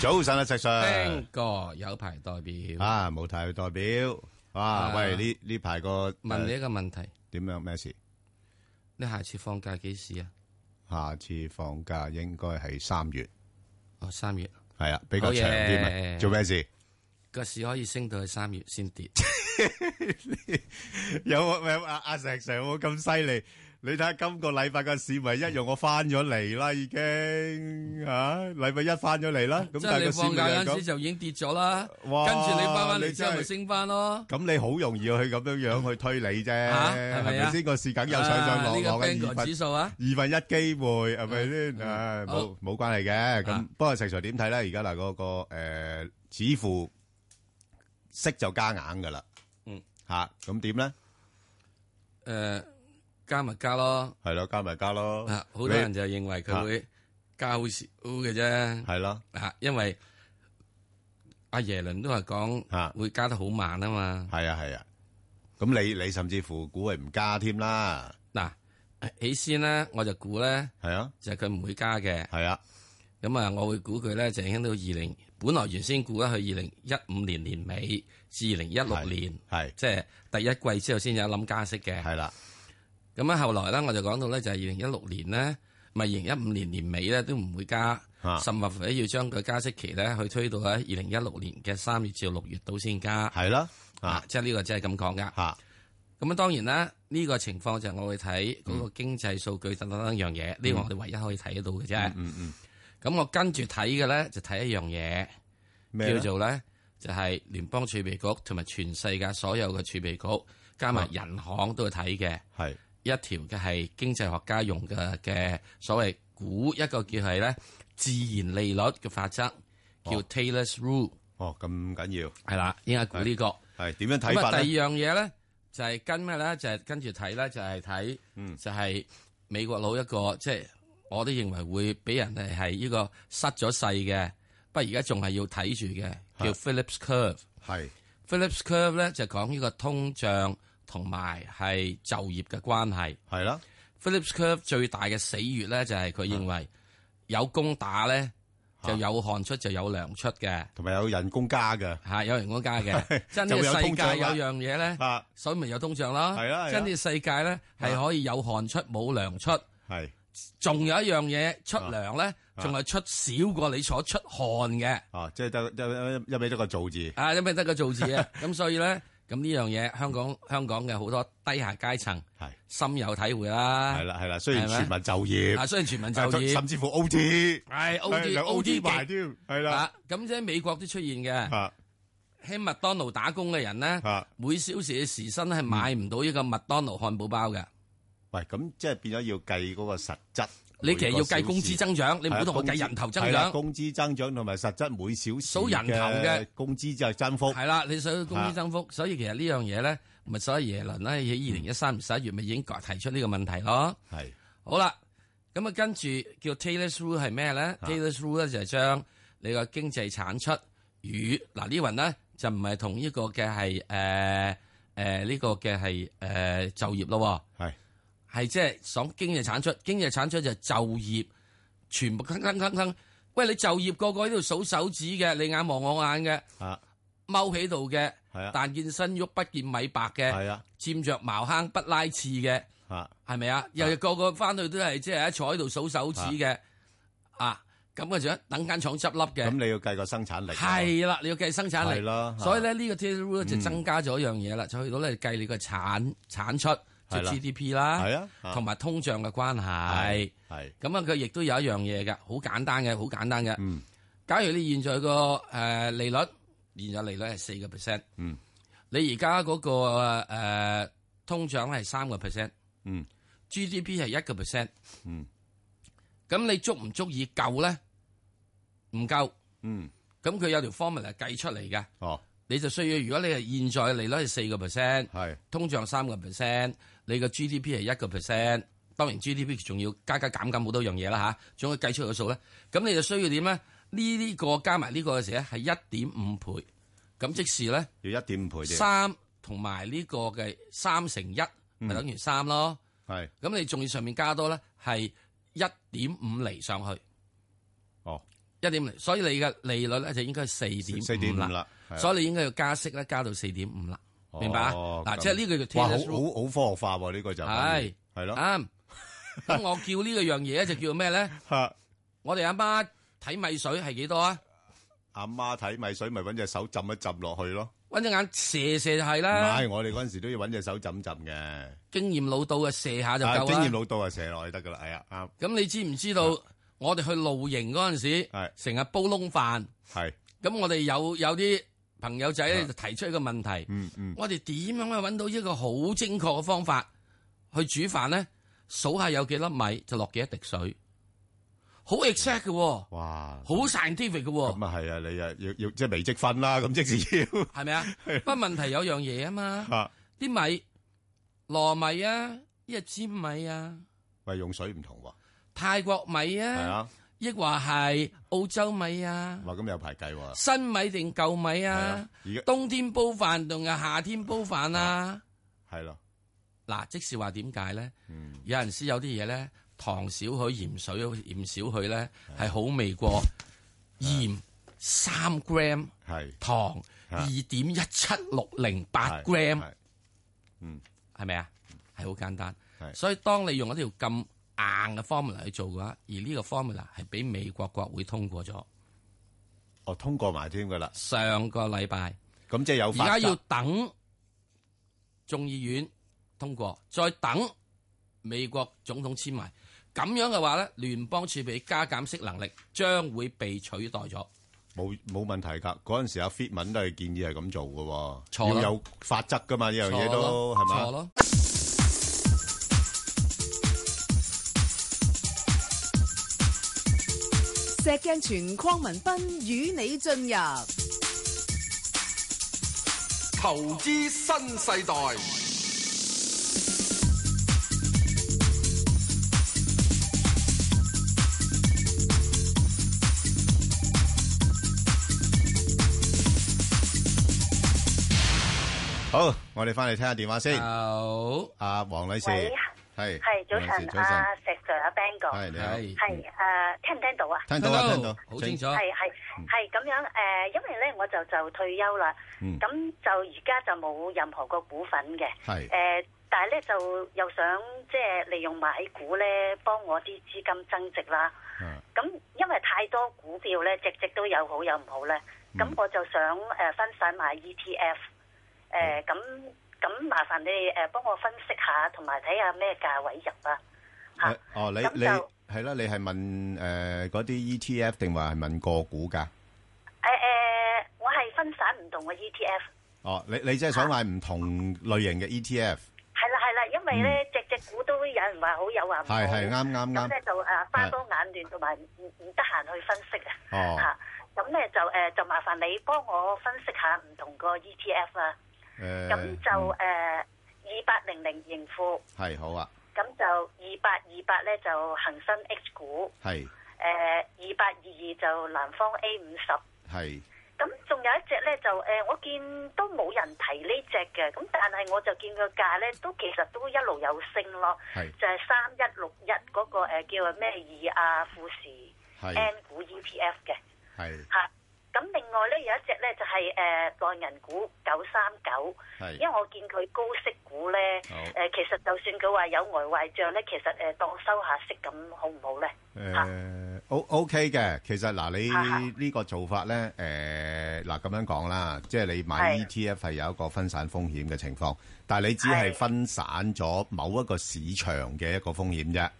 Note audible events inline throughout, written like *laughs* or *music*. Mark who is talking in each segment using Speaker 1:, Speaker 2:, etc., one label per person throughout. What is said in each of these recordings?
Speaker 1: 早晨啊，石 Sir。
Speaker 2: 聽過有排代表，
Speaker 1: 啊，冇睇代表。哇，
Speaker 2: 啊
Speaker 1: 喂，呢呢排個
Speaker 2: 問你一
Speaker 1: 誒
Speaker 2: 個問題：
Speaker 1: 點樣咩事？
Speaker 2: 你下次放假幾時啊？
Speaker 1: 下次放假應該係三月，
Speaker 2: 哦，三月
Speaker 1: 係啊，比較長
Speaker 2: 好
Speaker 1: 啲啊。
Speaker 2: 嘢
Speaker 1: 做咩事？
Speaker 2: 個市可以升到去三月先跌，
Speaker 1: 有喂阿阿石 Sir 有冇咁犀利？你睇下今個禮拜個市咪一樣，我翻咗嚟啦，已經嚇禮拜一翻咗嚟啦。咁
Speaker 2: 即
Speaker 1: 但係
Speaker 2: 係你
Speaker 1: 個市
Speaker 2: 放假嗰
Speaker 1: 咪
Speaker 2: 陣
Speaker 1: 就
Speaker 2: 時
Speaker 1: 係
Speaker 2: 就已經跌咗啦。跟
Speaker 1: 哇
Speaker 2: 住你翻翻嚟之後
Speaker 1: 你真係
Speaker 2: 咪升翻咯。
Speaker 1: 咁，咁你好容易去咁樣樣去推理啫，
Speaker 2: 嚇
Speaker 1: 係
Speaker 2: 係咪啊
Speaker 1: 咪先？個市梗有上上落落
Speaker 2: 啊
Speaker 1: 嘅
Speaker 2: 呢個
Speaker 1: 二
Speaker 2: Bangor
Speaker 1: 分
Speaker 2: 指數啊，
Speaker 1: 二分一機會係咪先？唉，
Speaker 2: 嗯好
Speaker 1: 冇冇關係嘅。咁
Speaker 2: 啊
Speaker 1: 不過石 Sir 點睇咧？而家嗱嗰個誒指付息就加硬噶啦。
Speaker 2: 嗯。
Speaker 1: 嚇咁點咧？
Speaker 2: 誒加咪加咯。
Speaker 1: 係咯，加咪加咯。
Speaker 2: 啊，好多人就認為佢會加好少嘅啫。
Speaker 1: 係咯
Speaker 2: 啊，因為阿耶倫都係
Speaker 1: 啊
Speaker 2: 講會加得好慢啊嘛。
Speaker 1: 係啊係啊。咁你你甚至乎估係唔加添啦。
Speaker 2: 嗱，起先咧我就估咧
Speaker 1: 係啊
Speaker 2: 就係佢唔會加嘅。
Speaker 1: 係啊
Speaker 2: 咁啊，我會估佢咧就已經到二零，本來原先估咧啊去二零一五年年尾至二零一六年，
Speaker 1: 係
Speaker 2: 即係第一季之後先有諗加息嘅。
Speaker 1: 係啦
Speaker 2: 咁啊，後來咧我就講到咧就係二零一六年咧，咪二零一五年年尾咧都唔會加
Speaker 1: 啊，
Speaker 2: 甚或乎要將佢加息期咧去推到啊咧二零一六年嘅三月至六月度先加。
Speaker 1: 係啦
Speaker 2: 啊
Speaker 1: 啊，
Speaker 2: 即係呢個真係咁講噶。
Speaker 1: 嚇
Speaker 2: 咁啊，當然啦，呢個情況就係我會睇嗰
Speaker 1: 嗯
Speaker 2: 個經濟數據等等等樣嘢，呢個我哋唯一可以睇得到嘅啫。
Speaker 1: 嗯嗯
Speaker 2: 咁我跟住睇嘅咧就睇一樣嘢。
Speaker 1: 咩
Speaker 2: 叫
Speaker 1: 呢
Speaker 2: 做咧就係聯邦儲備局同埋全世界所有嘅儲備局加
Speaker 1: 啊
Speaker 2: 埋人行都會睇嘅
Speaker 1: 係
Speaker 2: 一條嘅係經濟學家用嘅嘅所謂估一個叫係咧自然利率嘅法則，叫 Taylor's Rule
Speaker 1: 哦咁緊要
Speaker 2: 係啦，應該估呢個。
Speaker 1: 係點樣睇
Speaker 2: 咁
Speaker 1: 法
Speaker 2: 啊，第
Speaker 1: 咧？
Speaker 2: 二樣嘢咧就係跟咩咧？就係跟住睇咧，就係睇
Speaker 1: 嗯
Speaker 2: 就係美國佬一個即係我都認為會俾人哋係呢個失咗勢嘅，不過而家仲係要睇住嘅，叫 Phillips Curve。
Speaker 1: 係
Speaker 2: Phillips curve 咧就講呢個通脹同埋係就業嘅關係。
Speaker 1: 係啦
Speaker 2: Phillips curve 最大嘅死穴咧就係佢認為有工打咧就有汗出就有糧出嘅，
Speaker 1: *laughs* 同埋有人工加嘅
Speaker 2: 嚇有人工加嘅。真係
Speaker 1: 就有
Speaker 2: 世
Speaker 1: 通脹啦
Speaker 2: 界有樣嘢咧，
Speaker 1: 啊
Speaker 2: 所以咪有通脹啦。
Speaker 1: 係啊係啊
Speaker 2: 真係世界咧係可以有汗出冇糧出，
Speaker 1: 係
Speaker 2: 仲有一樣嘢出糧咧，仲係出少過你所出汗嘅。
Speaker 1: *laughs* 啊，即係得得一一味得個造字。
Speaker 2: 啊，因為得個造字啊，咁所以咧，咁呢樣嘢香港香港嘅好多低下階層
Speaker 1: 係
Speaker 2: 深有體會啦。
Speaker 1: 係啦係啦，雖然
Speaker 2: 係咪
Speaker 1: 全民就業，
Speaker 2: 啊，雖然全民就業
Speaker 1: 甚，至乎 O T，
Speaker 2: 係 OT
Speaker 1: 有 O T
Speaker 2: OT
Speaker 1: 埋
Speaker 2: 埋
Speaker 1: 添，係啦
Speaker 2: 啊，咁即係美國都出現嘅。
Speaker 1: 嚇
Speaker 2: 喺麥當勞打工嘅人咧
Speaker 1: 啊，
Speaker 2: 每小時嘅時薪係買唔到呢個麥當勞漢堡包嘅。
Speaker 1: 喂，咁即係變咗要計嗰個實質，
Speaker 2: 你其實要計工資增長，
Speaker 1: 每
Speaker 2: 你
Speaker 1: 個小時，
Speaker 2: 唔好同我
Speaker 1: 係啊
Speaker 2: 計人頭
Speaker 1: 工
Speaker 2: 增
Speaker 1: 資係啦
Speaker 2: 長。
Speaker 1: 工資增長同埋實質每小時
Speaker 2: 數人頭嘅
Speaker 1: 工資就係增幅，
Speaker 2: 係啦，你想工資增幅，所以其實呢樣嘢咧，咪所以耶倫咧喺二零一三年十一月咪已經提出呢個問題咯。
Speaker 1: 係
Speaker 2: 好啦，咁啊跟住叫 Taylor's Rule 係咩咧？Taylor's
Speaker 1: 啊
Speaker 2: Rule 咧就係將你個經濟產出與嗱呢雲咧就唔係同呢個嘅係誒誒呢個嘅係誒就業咯
Speaker 1: 係
Speaker 2: 喎，係即係講經濟產出，經濟產出就係就業，全部坑坑坑坑。喂，你就業個個喺度數手指嘅，你眼望我眼嘅，
Speaker 1: 啊
Speaker 2: 踎喺度嘅，
Speaker 1: 係啊
Speaker 2: 但見身喐不見米白嘅，
Speaker 1: 係啊
Speaker 2: 佔着茅坑不拉刺嘅。
Speaker 1: 嚇
Speaker 2: 系咪啊？日日個個翻去都係即係喺坐喺度數手指嘅，啊咁嘅就等間廠執笠
Speaker 1: 咁
Speaker 2: 嘅，
Speaker 1: 你要計個生產力，
Speaker 2: 係啦，你要計生產
Speaker 1: 係
Speaker 2: 力，
Speaker 1: 啦，
Speaker 2: 所以咧呢個 t a rule 咧就增加咗一樣嘢啦，就去到咧計你個產產出即
Speaker 1: 係啦
Speaker 2: 係 GDP 啦，
Speaker 1: 係啊啊
Speaker 2: 同埋通脹嘅關係
Speaker 1: 係。係
Speaker 2: 咁啊，佢亦都有一樣嘢嘅，好簡單嘅，好簡單嘅。
Speaker 1: 嗯
Speaker 2: 假如你現在個誒利率，現在利率係四個 percent，
Speaker 1: 嗯，
Speaker 2: 你而家呃嗰個誒通脹係三個 percent。
Speaker 1: 嗯
Speaker 2: GDP 係一個 percent，
Speaker 1: 嗯，
Speaker 2: 咁你足唔足以夠咧？唔夠，
Speaker 1: 嗯，
Speaker 2: 咁佢有條 formula 計出嚟嘅，
Speaker 1: 哦，
Speaker 2: 你就需要如果你係現在利率係四個 percent，
Speaker 1: 係，
Speaker 2: 通脹三個 percent，你個 GDP 係一個 percent，當然 GDP 仲要加加減減好多樣嘢啦吓，總要計出個數咧。咁你就需要點咧？呢呢個加埋呢個嘅時咧係一點五倍，咁即是咧
Speaker 1: 要1.5倍啲。
Speaker 2: 三同埋呢個嘅三乘一
Speaker 1: 嗯
Speaker 2: 咪等於三咯。
Speaker 1: 係，
Speaker 2: 咁你仲要上面加多咧係一點五厘上去，
Speaker 1: 哦，
Speaker 2: 一點厘，所以你嘅利率咧就應該係四點五
Speaker 1: 4.5
Speaker 2: 啦。
Speaker 1: 係啊。
Speaker 2: 所以你應該要加息咧，加到四點五啦，
Speaker 1: 哦，
Speaker 2: 明白啊？
Speaker 1: 咁。
Speaker 2: 嗱，即係呢個叫 t a
Speaker 1: 哇，
Speaker 2: y l
Speaker 1: 好-
Speaker 2: o rule
Speaker 1: 好-好科學化喎，呢個就
Speaker 2: 係。啊
Speaker 1: 係咯。
Speaker 2: 啱。 *laughs* 咁我叫呢個樣嘢就叫咩咧？我哋阿媽睇米水係幾多啊？
Speaker 1: 嚇，阿媽睇米水咪搵隻手浸一浸落去咯。
Speaker 2: 揾隻眼射射就係
Speaker 1: 唔
Speaker 2: 啦，
Speaker 1: 係，我哋嗰陣時都要搵隻手浸浸嘅。
Speaker 2: 經驗老到嘅射下就夠啦。
Speaker 1: 啊啊，經驗老道就射落去得㗎啦，係啊，啱，係，
Speaker 2: 咁你知唔知道我哋去露營嗰陣時
Speaker 1: 係，
Speaker 2: 成日煲窿飯？咁我哋有有啲朋友仔咧就提出一個問題，
Speaker 1: 嗯，嗯，
Speaker 2: 我哋點樣去揾到一個好精確嘅方法去煮飯咧？數下有幾粒米就落幾多滴水，好 exact 嘅喎，
Speaker 1: 哇，
Speaker 2: 好 scientific 嘅喎，
Speaker 1: 咁啊係啊，你啊，要-要-即係微積分啦，咁即是要。 *laughs*
Speaker 2: 係咪啊？不過問題有樣嘢啊嘛，
Speaker 1: 嚇。
Speaker 2: 啲米糯米啊，一係尖米啊，
Speaker 1: 喂，用水唔同喎，
Speaker 2: 泰國米
Speaker 1: 係
Speaker 2: 啊，
Speaker 1: 啊，
Speaker 2: 抑或係澳洲米啊，
Speaker 1: 話咁有排計喎，
Speaker 2: 新米定舊米
Speaker 1: 係
Speaker 2: 啊
Speaker 1: 啊，，而家
Speaker 2: 冬天煲飯定係夏天煲飯啊？
Speaker 1: 係咯，
Speaker 2: 嗱，即是話點解咧？
Speaker 1: 嗯，
Speaker 2: 有陣時有啲嘢咧，糖少許、鹽水、鹽少許咧，係好味過鹽三 gram
Speaker 1: 係
Speaker 2: 糖
Speaker 1: 係
Speaker 2: 二點一七六零八
Speaker 1: 係
Speaker 2: gram，
Speaker 1: 係嗯
Speaker 2: 係咪啊？係好簡單。
Speaker 1: 係
Speaker 2: 所以當你用一條咁硬嘅 formula 去做嘅話，而呢個 formula 係俾美國國會通過咗。
Speaker 1: 哦通過埋添噶啦，
Speaker 2: 上個禮拜，
Speaker 1: 咁即係有
Speaker 2: 而
Speaker 1: 法
Speaker 2: 家
Speaker 1: 則
Speaker 2: 要等眾議院通過，再等美國總統簽埋。咁樣嘅話咧，聯邦儲備加減息能力將會被取代咗。
Speaker 1: 冇冇問題㗎。嗰陣時阿 Fitman 都係建議係咁做嘅
Speaker 2: 錯
Speaker 1: 喎，
Speaker 2: 啦
Speaker 1: 要有法則㗎嘛，呢樣嘢都係
Speaker 2: 錯
Speaker 1: 嘛，
Speaker 2: 咯。
Speaker 3: 石鏡泉匡文斌與你進入
Speaker 4: 投資新世代，
Speaker 1: 好，我哋翻嚟聽下電話先，
Speaker 2: 好，
Speaker 1: 阿黃女士
Speaker 5: 喂
Speaker 1: 係，
Speaker 5: 系早
Speaker 1: 黃女
Speaker 5: 晨
Speaker 1: 士，早晨
Speaker 5: 阿石 Sir 阿 Bang 哥，
Speaker 1: 係你好，
Speaker 2: 係
Speaker 5: 係诶听唔聽到啊？
Speaker 1: 聽到啊，聽到，嗯
Speaker 2: 好
Speaker 1: 請
Speaker 2: 清楚。
Speaker 5: 係係係咁樣诶，因為咧我就就退休啦，
Speaker 1: 嗯
Speaker 5: 咁就而家就冇任何個股份嘅，
Speaker 1: 係
Speaker 5: 诶，但係咧就又想即係利用買股咧幫我啲資金增值啦。
Speaker 1: 啊
Speaker 5: 咁因為太多股票咧，隻隻都有好有唔好咧，咁
Speaker 1: 嗯
Speaker 5: 我就想诶分散 E 買 ETF，诶呃
Speaker 1: 嗯
Speaker 5: 咁咁麻煩你诶幫我分析下，同埋睇下咩價位入啊。嚇
Speaker 1: 誒哦，你
Speaker 5: 咁就
Speaker 1: 你係啦，你係問誒嗰啲 ETF 定話係問個股㗎？
Speaker 5: 誒誒，我係分散唔同嘅 E ETF，
Speaker 1: 哦，你你即係想買唔同類型嘅 ETF，
Speaker 5: 係啦係啦，因為咧隻隻股都有人話好，有話唔好，
Speaker 1: 係係嗯啱啱
Speaker 5: 咁
Speaker 1: 啱
Speaker 5: 咧，就誒花多眼亂，同埋唔唔得閒去分析啊
Speaker 1: 哦
Speaker 5: 嚇。咁咧就誒就麻煩你幫我分析下唔同 E 個 ETF 啦。
Speaker 1: 誒
Speaker 5: 咁就誒二八零零盈富，
Speaker 1: 係好啊，
Speaker 5: 咁就二八二八咧就恒生 H 股，
Speaker 1: 係
Speaker 5: 誒二八二二就南方 A 五十。
Speaker 1: 係
Speaker 5: 咁仲有一隻咧就誒、呃我見都冇人提呢只嘅，咁但係我就見個價咧都其實都一路有升咯，
Speaker 1: 係
Speaker 5: 就係三一六一嗰個、呃、叫咩二亞富士
Speaker 1: 係
Speaker 5: N 股 ETF 嘅
Speaker 1: 係
Speaker 5: 嚇。咁另外咧有一隻咧就係、誒、內銀股九三九，因為
Speaker 1: 係
Speaker 5: 我見佢高息股咧
Speaker 1: 好
Speaker 5: 誒、呃其實就算佢話有外壞帳咧，其實誒、呃、當收下息咁好唔好咧？啊
Speaker 1: 誒 O O K 嘅，其實嗱
Speaker 5: 嚇
Speaker 1: 你呢個做法咧誒嗱咁樣講啦，即係你買
Speaker 5: 係
Speaker 1: ETF 係有一個分散風險嘅情況，但係你只係
Speaker 5: 係
Speaker 1: 分散咗某一個市場嘅一個風險啫。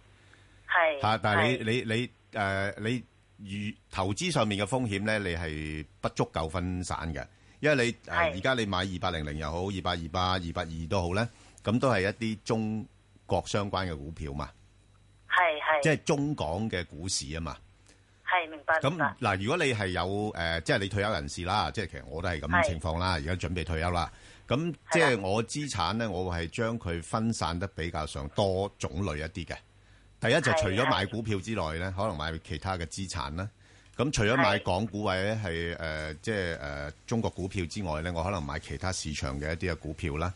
Speaker 5: 係
Speaker 1: 嚇！但係
Speaker 5: 係
Speaker 1: 你你你誒你如投資上面嘅風險咧，你係不足夠分散嘅，因為你誒
Speaker 5: 係
Speaker 1: 而家你買二八零零又好，二八二八、二八二都好咧，咁都係一啲中國相關嘅股票嘛。
Speaker 5: 係係
Speaker 1: 即係中港嘅股市啊嘛。
Speaker 5: 係明白
Speaker 1: 咁
Speaker 5: 明白，
Speaker 1: 嗱，如果你係有誒、呃即係你退休人士啦，即係其實我都係咁嘅
Speaker 5: 係
Speaker 1: 情況啦，而家準備退休啦。咁即係我資產咧，我會係將佢分散得比較上多種類一啲嘅。第一就
Speaker 5: 係
Speaker 1: 除咗
Speaker 5: 係
Speaker 1: 買股票之內咧，可能買其他嘅資產啦。咁除咗買
Speaker 5: 係
Speaker 1: 港股或者係誒即係誒中國股票之外咧，我可能買其他市場嘅一啲嘅股票啦。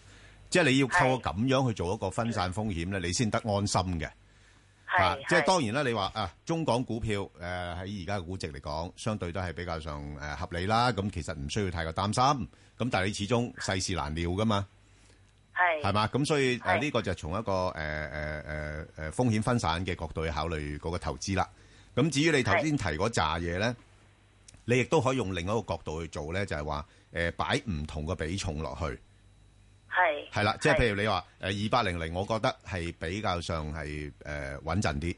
Speaker 1: 即係你要靠
Speaker 5: 係
Speaker 1: 咁樣去做一個分散風險咧，你先得安心嘅。啊
Speaker 5: 係
Speaker 1: 即係
Speaker 5: 係
Speaker 1: 當然啦，你話啊，中港股票誒喺而家嘅估值嚟講，相對都係比較上誒、呃合理啦。咁其實唔需要太過擔心。咁但係你始終世事難料噶嘛，
Speaker 5: 係
Speaker 1: 係嘛？咁所以誒
Speaker 5: 係
Speaker 1: 呢個就從一呃個誒誒誒誒風險呃分散嘅角度去考慮嗰個投資啦。咁至於你頭先提嗰扎嘢咧，你亦都可以用另一個角度去做咧，就係話誒擺唔同嘅比重落去。
Speaker 5: 係
Speaker 1: 係啦，即係譬如你話誒二八零零，我覺得係比較上係誒穩陣啲。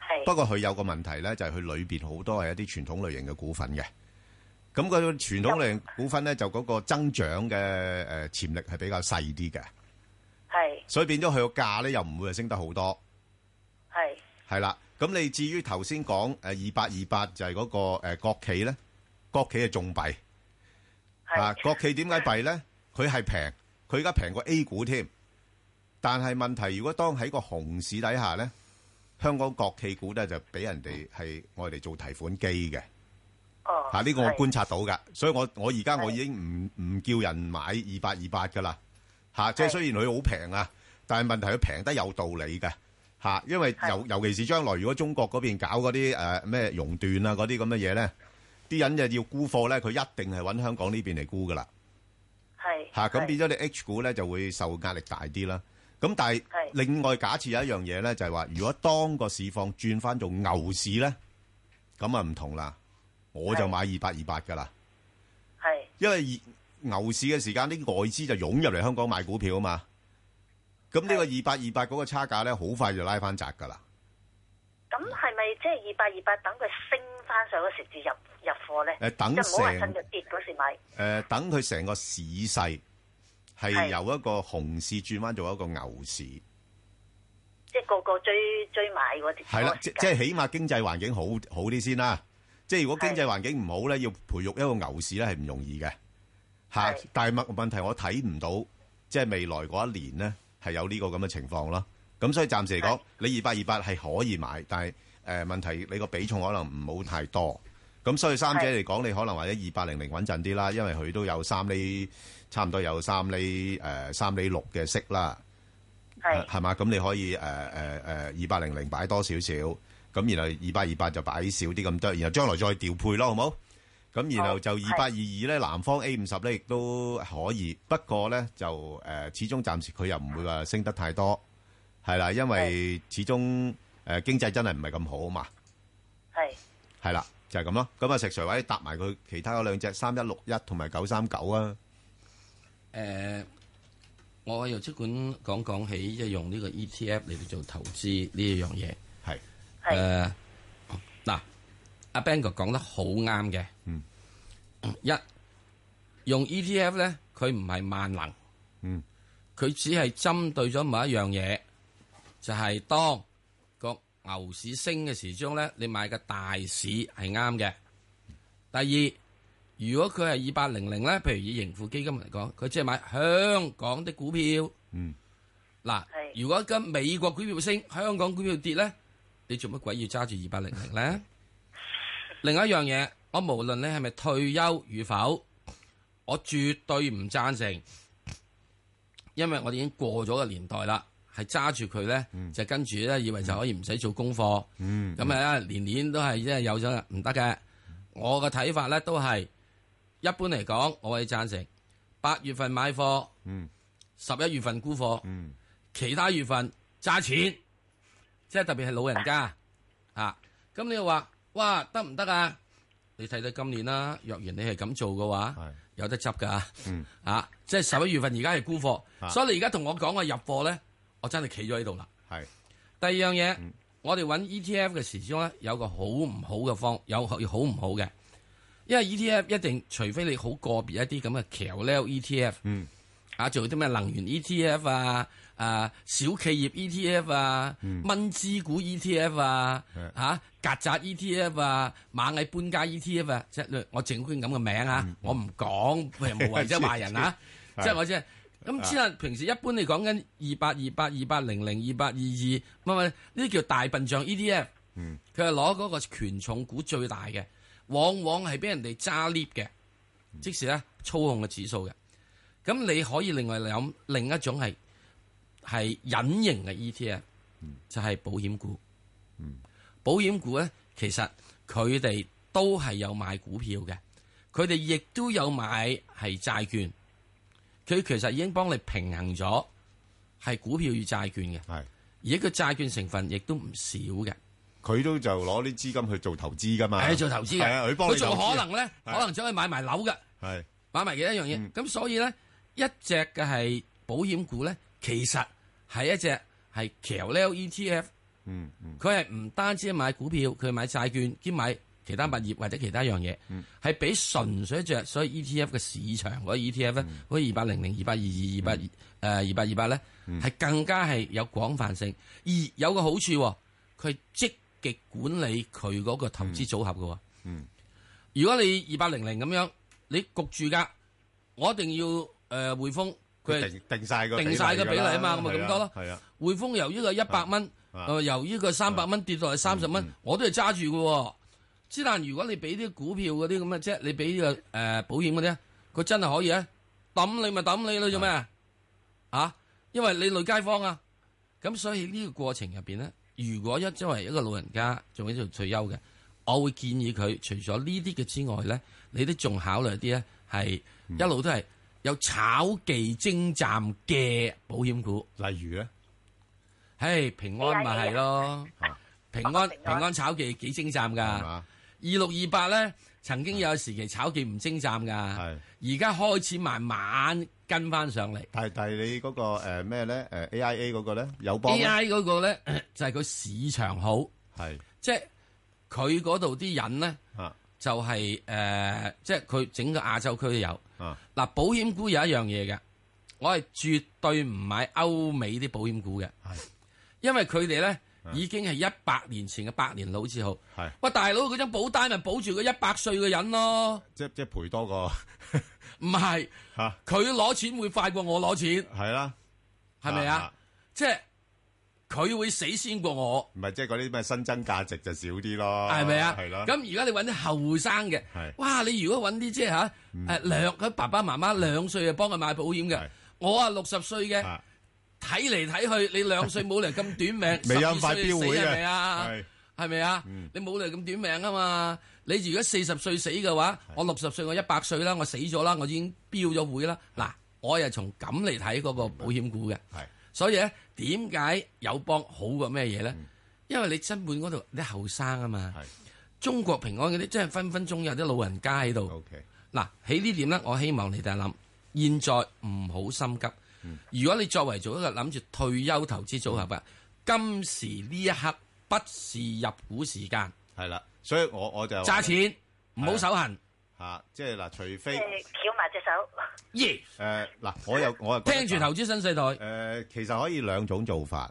Speaker 5: 係
Speaker 1: 不過佢有個問題咧，就係佢裏邊好多係一啲傳統類型嘅股份嘅。咁嗰種傳統類型股份咧，就嗰個增長嘅誒潛力係比較細啲嘅，
Speaker 5: 係
Speaker 1: 所以變咗佢個價咧又唔會係升得好多，
Speaker 5: 係
Speaker 1: 係啦。咁你至於頭先講誒二八二八就係嗰個誒國企咧，國企係重幣啊！
Speaker 5: 係
Speaker 1: 國企點解幣咧？佢係平，佢而家平過 A 股添。但係問題，如果當喺個熊市底下咧，香港國企股咧就俾人哋係愛嚟做提款機嘅。
Speaker 5: 哦，
Speaker 1: 啊嚇，呢個我
Speaker 5: 係
Speaker 1: 觀察到噶，所以我我而家
Speaker 5: 係
Speaker 1: 我已經唔唔叫人買二八二八噶啦嚇，即係
Speaker 5: 係
Speaker 1: 雖然佢好平啊，但係問題佢平得有道理嘅嚇，因為
Speaker 5: 係
Speaker 1: 尤尤其是將來如果中國嗰邊搞嗰啲誒咩熔斷啊嗰啲咁嘅嘢咧，啲人就要沽貨咧，佢一定係揾香港呢邊嚟沽噶啦
Speaker 5: 係
Speaker 1: 嚇，咁
Speaker 5: 係
Speaker 1: 變咗你 H 股咧就會受壓力大啲啦。咁但係
Speaker 5: 係
Speaker 1: 另外假設有一樣嘢咧，就係話如果當個市況轉翻做牛市咧，咁啊唔同啦，我就
Speaker 5: 係
Speaker 1: 買二八二八噶啦。
Speaker 5: 係
Speaker 1: 因為牛市嘅時間，啲外資就湧入嚟香港買股票啊嘛。咁呢個二八二八嗰個差價咧，好快就拉翻窄噶啦。
Speaker 5: 咁係咪即係二百二百等佢升翻上嗰時至入入貨咧？
Speaker 1: 誒呃等
Speaker 5: 即係唔好話
Speaker 1: 成
Speaker 5: 趁佢跌嗰時買。
Speaker 1: 誒、等佢成個市勢係
Speaker 5: 係
Speaker 1: 由一個熊市轉翻做一個牛市，
Speaker 5: 即係個個追追買嗰啲。
Speaker 1: 係啦，即即
Speaker 5: 係
Speaker 1: 係起碼經濟環境好好啲先啦。即係如果經濟環境唔好咧，要培育一個牛市咧係唔容易嘅嚇
Speaker 5: 係。
Speaker 1: 但係問問題我睇唔到，即係未來嗰一年咧係有呢個咁嘅情況咯。咁所以暫時嚟講
Speaker 5: 係，
Speaker 1: 你二八二八係可以買，但係誒、呃、問題你個比重可能唔好太多。咁所以三者嚟講，你可能或者二八零零穩陣啲啦，因為佢都有三厘，差唔多有三厘誒、呃三厘六嘅息啦。
Speaker 5: 係
Speaker 1: 係嘛？咁你可以誒誒誒呃二八零零擺多少少，咁然後二八二八就擺少啲咁多，然後將來再調配咯，好冇？咁然後就
Speaker 5: 好
Speaker 1: 二八二二咧，南方 A 五十咧亦都可以，不過咧就誒、呃始終暫時佢又唔會話升得太多，係啦，因為始終誒、呃、經濟真係唔係咁好啊嘛，
Speaker 5: 係
Speaker 1: 係啦，就係咁咯。咁啊，石 Sir 或者搭埋佢其他嗰兩隻三一六一同埋九三九啊，
Speaker 2: 誒，呃我又即管講講起，即係用呢個 ETF 嚟到做投資呢一樣嘢。
Speaker 1: 係
Speaker 5: 係
Speaker 2: 誒，嗱，阿 Bang 哥講得好啱嘅。
Speaker 1: 嗯。
Speaker 2: 一用 E ETF 咧，佢唔係萬能。
Speaker 1: 嗯。
Speaker 2: 佢只係針對咗某一樣嘢，就係、當個牛市升嘅時鐘咧，你買嘅大市係啱嘅。第二，如果佢係二八零零咧，譬如以盈富基金嚟講，佢只係買香港的股票。
Speaker 1: 嗯。
Speaker 2: 嗱，
Speaker 5: 係
Speaker 2: 如果今美國股票升，香港股票跌咧，你做乜鬼要揸住二八零零咧？另外一樣嘢，我無論你係咪退休與否，我絕對唔贊成，因為我哋已經過咗個年代啦，係揸住佢咧，就跟住咧以為就可以唔使做功課，
Speaker 1: 嗯
Speaker 2: 咁啊年年都係即係有咗啦唔得嘅。我嘅睇法咧都係一般嚟講，我係贊成八月份買貨，
Speaker 1: 嗯
Speaker 2: 十一月份沽貨，
Speaker 1: 嗯
Speaker 2: 其他月份揸錢，即係特別係老人家啊。咁你又話哇得唔得啊？你睇睇今年啦，若然你係咁做嘅話，
Speaker 1: 係
Speaker 2: 有得執㗎。
Speaker 1: 嗯
Speaker 2: 啊，即係十一月份而家係沽貨，
Speaker 1: 啊
Speaker 2: 所以你而家同我講我入貨咧，我真係企咗喺度啦。
Speaker 1: 係
Speaker 2: 第二樣嘢，
Speaker 1: 嗯
Speaker 2: 我哋揾 ETF 嘅時鐘咧，有個好唔好嘅方，有好唔好嘅，E E 因為 ETF 一定除非你好個別一啲咁嘅橋 l ETF，
Speaker 1: 嗯
Speaker 2: 啊，做啲咩能源 ETF 啊，啊小企業 ETF 啊，蚊子股 ETF 啊，嚇曱甴 ETF 啊，螞蟻搬家 ETF 啊，即係我整官咁嘅名啊，我唔講，佢又無謂啫話人啊，即係我即係。咁之後，平時一般你講緊二八二八、二八零零、二八二二，唔係唔係呢啲叫大笨象 ETF。佢係攞嗰個權重股最大嘅，往往係俾人哋揸 lift 嘅，即時咧操控嘅指數嘅。咁你可以另外諗另一種係係隱形嘅 ETF，就
Speaker 1: 嗯
Speaker 2: 係保險股。保險股咧，其實佢哋都係有買股票嘅，佢哋亦都有買係債券。佢其實已經幫你平衡咗係股票與債券嘅，
Speaker 1: 係
Speaker 2: 而佢債券成分亦都唔少嘅。
Speaker 1: 啊佢都就攞啲資金去做投資噶嘛，
Speaker 2: 係做投資嘅，
Speaker 1: 係啊佢幫你投
Speaker 2: 仲
Speaker 1: 資
Speaker 2: 可
Speaker 1: 啊
Speaker 2: 能咧，
Speaker 1: 係
Speaker 2: 可能走去買埋樓嘅，
Speaker 1: 係
Speaker 2: 買埋其他樣嘢。咁所以咧，一隻嘅係保險股咧，其實係一隻係 c a l e ETF，
Speaker 1: 嗯嗯
Speaker 2: 佢係唔單止買股票，佢買債券兼買其他物業或者其他樣嘢，
Speaker 1: 嗯
Speaker 2: 係比純粹一隻所以 ETF 嘅市場嗰個 ETF
Speaker 1: 嗯
Speaker 2: 咧，好似二八零零、二八二二、呃二八誒二八二八咧，
Speaker 1: 嗯
Speaker 2: 係更加係有廣泛性，而有個好處喎，佢積極管理佢嗰個投資組合嘅喎。
Speaker 1: 嗯
Speaker 2: 如果你二八零零咁樣，你焗住噶，我一定要誒、呃、匯豐，佢係
Speaker 1: 定定晒個
Speaker 2: 定晒個比例啊
Speaker 1: 㗎啦
Speaker 2: 嘛咁咪咁多咯
Speaker 1: 係啊，
Speaker 2: 匯豐由呢個一百蚊，
Speaker 1: 啊嗯
Speaker 2: 誒由呢個三百蚊跌到去三十蚊，我都係揸住嘅喎。之但如果你俾啲股票嗰啲咁嘅，即係你俾呢個誒、呃保險嗰啲咧，佢真係可以啊，抌你咪抌你咯，做咩啊？啊，因為你累街坊啊。咁所以呢個過程入邊咧，如果一作為一個老人家仲喺度退休嘅，我會建議佢除咗呢啲嘅之外咧，你都仲考慮啲咧係
Speaker 1: 嗯
Speaker 2: 一路都係有炒技精湛嘅保險股，
Speaker 1: 啊例如咧，
Speaker 2: 唉，平安咪係咯，平安
Speaker 5: 平
Speaker 2: 平
Speaker 5: 安
Speaker 2: 安炒技幾精湛㗎，
Speaker 1: 啊係
Speaker 2: 二
Speaker 1: 嘛
Speaker 2: 六二八咧曾經有時期炒技唔精湛㗎，
Speaker 1: 係
Speaker 2: 而家開始慢慢跟翻上嚟。
Speaker 1: 但係但係你嗰個誒咩咧誒 AIA 嗰個咧有幫
Speaker 2: A.I. 嗰個咧 *clears throat* 就係佢市場好。
Speaker 1: 係
Speaker 2: 即係佢嗰度啲人咧，
Speaker 1: 啊
Speaker 2: 就係、呃即係佢整個亞洲區都有。
Speaker 1: 啊
Speaker 2: 嗱，保險股有一樣嘢嘅，我係絕對唔買歐美啲保險股嘅
Speaker 1: 係，
Speaker 2: 因為佢哋咧已經係一百年前嘅百年老字號。
Speaker 1: 係
Speaker 2: 喂，大佬嗰張保單咪保住個一百歲嘅人咯，
Speaker 1: 即即賠多個 *laughs*
Speaker 2: 唔係
Speaker 1: 嚇
Speaker 2: 佢攞錢會快過我攞錢，
Speaker 1: 係啦，
Speaker 2: 係咪啊
Speaker 1: 啊？
Speaker 2: 即係佢會死先過我。
Speaker 1: 唔係即係嗰啲咩新增價值就少啲咯，
Speaker 2: 係咪啊？
Speaker 1: 哦係啦，
Speaker 2: 咁而家你揾啲後生嘅
Speaker 1: 係，嗯
Speaker 2: 哇！你如果揾啲即係嚇誒兩佢爸爸媽媽兩歲就幫佢買保險嘅
Speaker 1: 係，
Speaker 2: 我啊六十歲嘅
Speaker 1: 啊
Speaker 2: 睇嚟睇去，你兩歲冇嚟咁短命，
Speaker 1: *laughs* 未
Speaker 2: 12
Speaker 1: 有咁快
Speaker 2: 歲就
Speaker 1: 標
Speaker 2: 死
Speaker 1: 會
Speaker 2: 係
Speaker 1: 嘅
Speaker 2: 咪啊？
Speaker 1: 係
Speaker 2: 係咪啊？你冇嚟咁短命啊嘛！你如果四十歲死嘅話，我六十歲，我一百歲啦，我死咗啦，我已經標咗會啦。嗱，我又從咁嚟睇嗰個保險股嘅。
Speaker 1: 係
Speaker 2: 所以咧，點解友邦好過咩嘢咧？因為你根本嗰度啲後生啊嘛
Speaker 1: 係，
Speaker 2: 中國平安嗰啲真係分分鐘有啲老人家喺度。
Speaker 1: OK
Speaker 2: 嗱，喺呢點咧，我希望你哋諗，現在唔好心急。如果你作為做一個諗住退休投資組合嘅，啊今時呢一刻不是入股時間，
Speaker 1: 係啦，所以我我就
Speaker 2: 揸錢唔好手痕。
Speaker 1: 嚇，即係嗱，除
Speaker 5: 即
Speaker 1: 非
Speaker 5: 係翹埋隻手。
Speaker 2: 耶！
Speaker 1: 誒嗱，我又我又覺得
Speaker 2: 聽住投資新世代，
Speaker 1: 誒、其實可以兩種做法。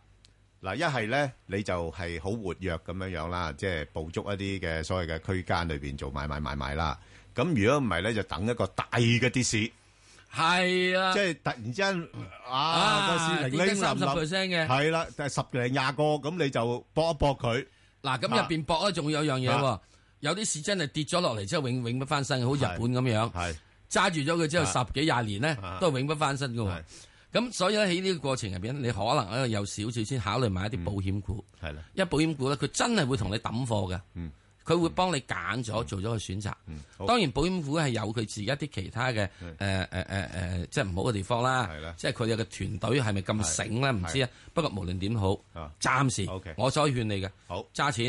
Speaker 1: 嗱，一係咧，你就係好活躍咁樣樣啦，即係捕捉一啲嘅所謂嘅區間裏邊做買買買買啦。咁如果唔係咧，就等一個大嘅跌市，
Speaker 2: 係啊
Speaker 1: 即，係突然之間啊
Speaker 2: 啊
Speaker 1: 個市零
Speaker 2: 跌
Speaker 1: 零
Speaker 2: 得
Speaker 1: 冧冧，
Speaker 2: 30%嘅
Speaker 1: 係啦，但係十零廿個咁你就搏一搏佢，
Speaker 2: 嗱，咁入邊博咧，仲有樣嘢喎
Speaker 1: 啊，
Speaker 2: 有啲市真係跌咗落嚟之後永永不翻身，好似日
Speaker 1: 係
Speaker 2: 本咁樣，
Speaker 1: 係
Speaker 2: 揸住咗佢之後
Speaker 1: 啊
Speaker 2: 十幾廿年咧
Speaker 1: 啊，
Speaker 2: 都係永不翻身嘅喎
Speaker 1: 係。
Speaker 2: 咁所以咧喺呢個過程入邊，你可能咧有少少先考慮買一
Speaker 1: 嗯
Speaker 2: 啲保險股，
Speaker 1: 係啦，
Speaker 2: 因為保險股咧佢真係會同你揼貨嘅
Speaker 1: 嗯，
Speaker 2: 佢會幫你揀咗做咗個選擇。
Speaker 1: 嗯，好
Speaker 2: 當然保險股係有佢自己一啲其他嘅呃誒誒誒誒，即係唔好嘅地方啦
Speaker 1: 係啦。
Speaker 2: 即係佢哋嘅團隊係咪咁醒咧？唔知啊。不過無論點好
Speaker 1: 啊，
Speaker 2: 暫時
Speaker 1: OK
Speaker 2: 我所勸你嘅
Speaker 1: 好。
Speaker 2: 揸錢。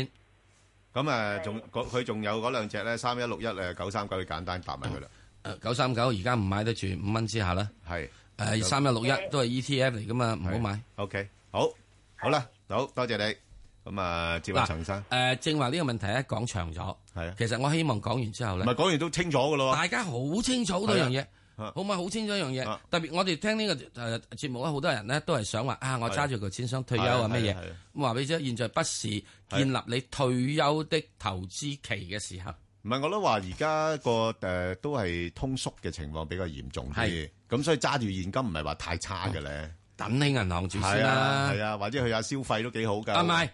Speaker 1: 咁誒，仲嗰佢仲有嗰兩隻咧，三一六一誒九三九，你簡單答埋佢啦。
Speaker 2: 呃九三九而家唔買得住，五蚊之下啦。
Speaker 1: 係
Speaker 2: 誒，三一六一都係 ETF 嚟噶嘛，唔好買。
Speaker 1: ，OK，好，好啦，好多謝你。咁啊，接下陳生。
Speaker 2: 誒，呃正話呢個問題咧講長咗，
Speaker 1: 係啊
Speaker 2: 其實我希望講完之後
Speaker 1: 唔係
Speaker 2: 咧，哦
Speaker 1: 講完都清楚噶咯喎，
Speaker 2: 大家好清楚嗰樣嘢。
Speaker 1: 啊
Speaker 2: 好嘛，好清楚一樣嘢
Speaker 1: 啊。
Speaker 2: 特別我哋聽呢個誒節目咧，好多人咧都係想話啊，我揸住個錢想退休
Speaker 1: 係啊
Speaker 2: 啊乜
Speaker 1: 係啊
Speaker 2: 嘢
Speaker 1: 係啊。
Speaker 2: 咁話俾你知，現在不是建立你退休的投資期嘅時候。
Speaker 1: 唔係，我都話而家個誒都係通縮嘅情況比較嚴重啲
Speaker 2: 係，
Speaker 1: 咁所以揸住現金唔係話太差嘅咧。
Speaker 2: 等喺銀行住先
Speaker 1: 係啊，
Speaker 2: 啦
Speaker 1: 係。啊，或者去下消費都幾好㗎。
Speaker 2: 啊，唔係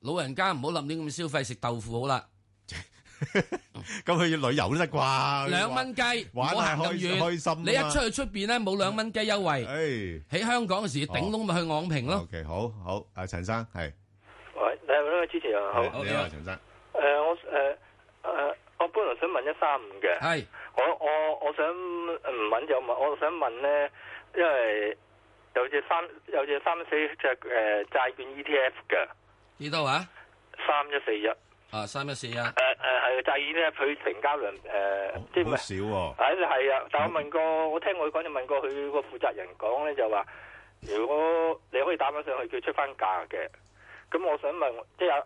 Speaker 2: 老人家唔好諗啲咁嘅消費，食豆腐好啦，
Speaker 1: 咁去旅遊都得啩？
Speaker 2: 兩蚊雞，唔
Speaker 1: 玩
Speaker 2: 好
Speaker 1: 下
Speaker 2: 行咁
Speaker 1: 開開心啊
Speaker 2: 遠。
Speaker 1: 嘛
Speaker 2: 你一出去出邊咧冇兩蚊雞優惠，
Speaker 1: 誒
Speaker 2: 喺香港嘅時頂籠咪去昂平咯。
Speaker 1: ，OK，好好，阿陳生係，
Speaker 6: 喂，你好，主持人好。誒、
Speaker 2: 好
Speaker 1: 你
Speaker 2: 你
Speaker 1: 好，
Speaker 2: 好
Speaker 1: 陳生，
Speaker 6: 我誒誒、我本來想問一三五嘅，
Speaker 2: 係
Speaker 6: 我我我想唔問就問，我想問咧，因為有隻三有隻三四隻誒債券 ETF 嘅，
Speaker 2: 幾多啊？
Speaker 6: 三一四一，誒
Speaker 2: 啊，三一四啊，
Speaker 6: 誒係債券咧，佢成交量誒、即係
Speaker 1: 好
Speaker 6: 咩？
Speaker 1: 少喎。
Speaker 6: 係係啊，但我問過，我聽佢講就問過佢個負責人講咧，就話如果你可以打翻上去，佢出翻價嘅。咁我想問，即係誒，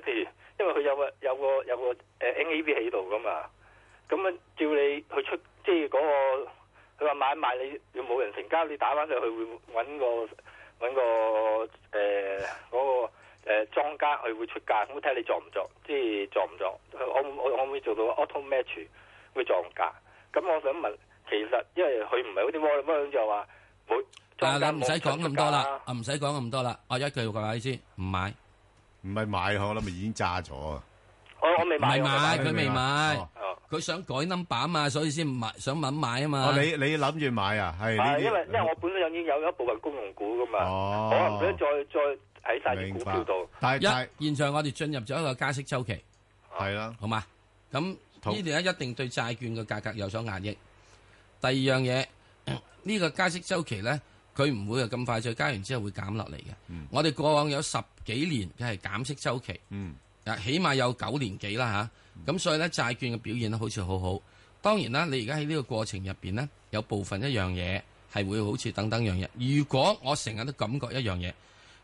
Speaker 6: 譬如因為佢有個有個有個呃誒 NAV 喺度噶嘛，咁啊照你去出，即係嗰、個佢話買一賣你要冇人成交，你打翻上去會揾個揾個誒嗰、個。誒莊家佢會出價，咁睇下你撞唔撞，即係撞唔撞，可唔可可唔可以做到 auto match 會撞價？咁我想問，其實因為佢唔係好啲 w a l l 就話
Speaker 2: 啊，
Speaker 6: 冇莊家
Speaker 2: 你唔
Speaker 6: 冇
Speaker 2: 使
Speaker 6: 出
Speaker 2: 講咁
Speaker 6: 價
Speaker 2: 多啦，啊，唔使講咁多啦，我一句話你知，唔買，
Speaker 1: 唔係買，我諗已經揸咗啊。
Speaker 6: 我我未
Speaker 2: 唔
Speaker 6: 買，
Speaker 2: 係
Speaker 6: 我
Speaker 2: 買，
Speaker 1: 未買
Speaker 2: 佢未買
Speaker 1: 哦，
Speaker 6: 哦，
Speaker 2: 佢想改 number 啊嘛，所以先買，想揾買啊嘛
Speaker 1: 哦，。你你諗住買啊？係呢
Speaker 6: 係因為
Speaker 1: 啲
Speaker 2: 嗯
Speaker 6: 因為我本身已經有一部分公用股噶嘛，
Speaker 1: 哦
Speaker 6: 我唔想再再喺晒啲
Speaker 1: 明
Speaker 6: 股
Speaker 1: 白
Speaker 6: 票度。
Speaker 1: 但係
Speaker 2: 一，現在我哋進入咗一個加息周期，
Speaker 1: 但係啦，
Speaker 2: 好嘛？咁呢
Speaker 1: 好
Speaker 2: 段咧一定對債券嘅價格有所壓抑。第二樣 *clears throat* 嘢，呢、個加息周期咧，佢唔會係咁快再加完之後會減落嚟嘅。我哋過往有十幾年嘅係減息周期。
Speaker 1: 嗯，
Speaker 2: 啊，起碼有九年幾啦吓，咁、所以咧債券嘅表現咧好似好好。當然啦，你而家喺呢個過程入邊咧，有部分一樣嘢係會好似等等樣嘢。如果我成日都感覺一樣嘢，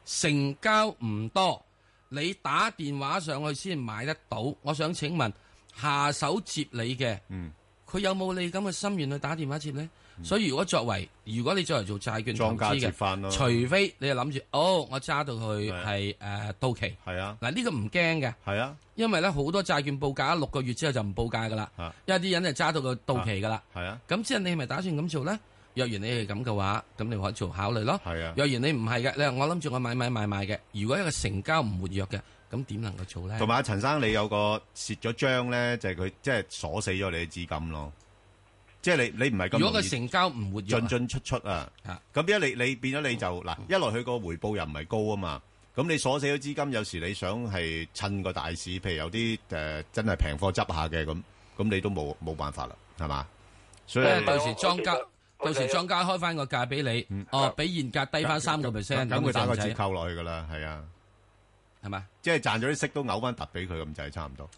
Speaker 2: 成交唔多，你打電話上去先買得到。我想請問下手接你嘅，
Speaker 1: 嗯，
Speaker 2: 佢有冇你咁嘅心願去打電話接呢？所以如果作為，如果你作為做債券投
Speaker 1: 莊家
Speaker 2: 資
Speaker 1: 接
Speaker 2: 嘅，
Speaker 1: 翻咯，
Speaker 2: 除非你係諗住，哦，我揸到佢
Speaker 1: 係
Speaker 2: 係誒到期，
Speaker 1: 係啊，
Speaker 2: 嗱呢個唔驚嘅。
Speaker 1: 係啊，
Speaker 2: 因為咧好多債券報價六個月之後就唔報價噶啦
Speaker 1: 啊，
Speaker 2: 因為啲人就揸到個到期噶啦。
Speaker 1: 係啊，
Speaker 2: 咁即係你係咪打算咁做咧？若然你係咁嘅話，咁你可以做考慮咯。
Speaker 1: 係啊。
Speaker 2: 若然你唔係嘅，你話我諗住我買買買買嘅，如果一個成交唔活躍嘅，咁點能夠做咧？
Speaker 1: 同埋阿陳生，你有個蝕咗張咧，就係佢即係鎖死咗你嘅資金咯。即係你你唔係咁
Speaker 2: 如果
Speaker 1: 容
Speaker 2: 個
Speaker 1: 易
Speaker 2: 成交唔活躍
Speaker 1: 進
Speaker 2: 啊，
Speaker 1: 進出出啊
Speaker 2: 啊。
Speaker 1: 咁一你你變咗你
Speaker 2: 嗯
Speaker 1: 就嗱，一來佢個回報又唔係高啊嘛。咁你鎖死咗資金，有時你想係趁個大市，譬如有啲誒、呃真係平貨執下嘅咁，咁你都冇冇辦法啦，係嘛？所以
Speaker 2: 因為
Speaker 6: 係
Speaker 2: 到時莊家
Speaker 1: 啊
Speaker 6: 我
Speaker 2: 到
Speaker 6: 記得
Speaker 2: 時莊家開翻個價俾你，哦，比現價低翻三個 percent，
Speaker 1: 嗯咁佢打個
Speaker 2: 制
Speaker 1: 折扣落去噶啦，係啊，
Speaker 2: 係嘛？
Speaker 1: 即係賺咗啲息都嘔翻突俾佢咁就係差唔多。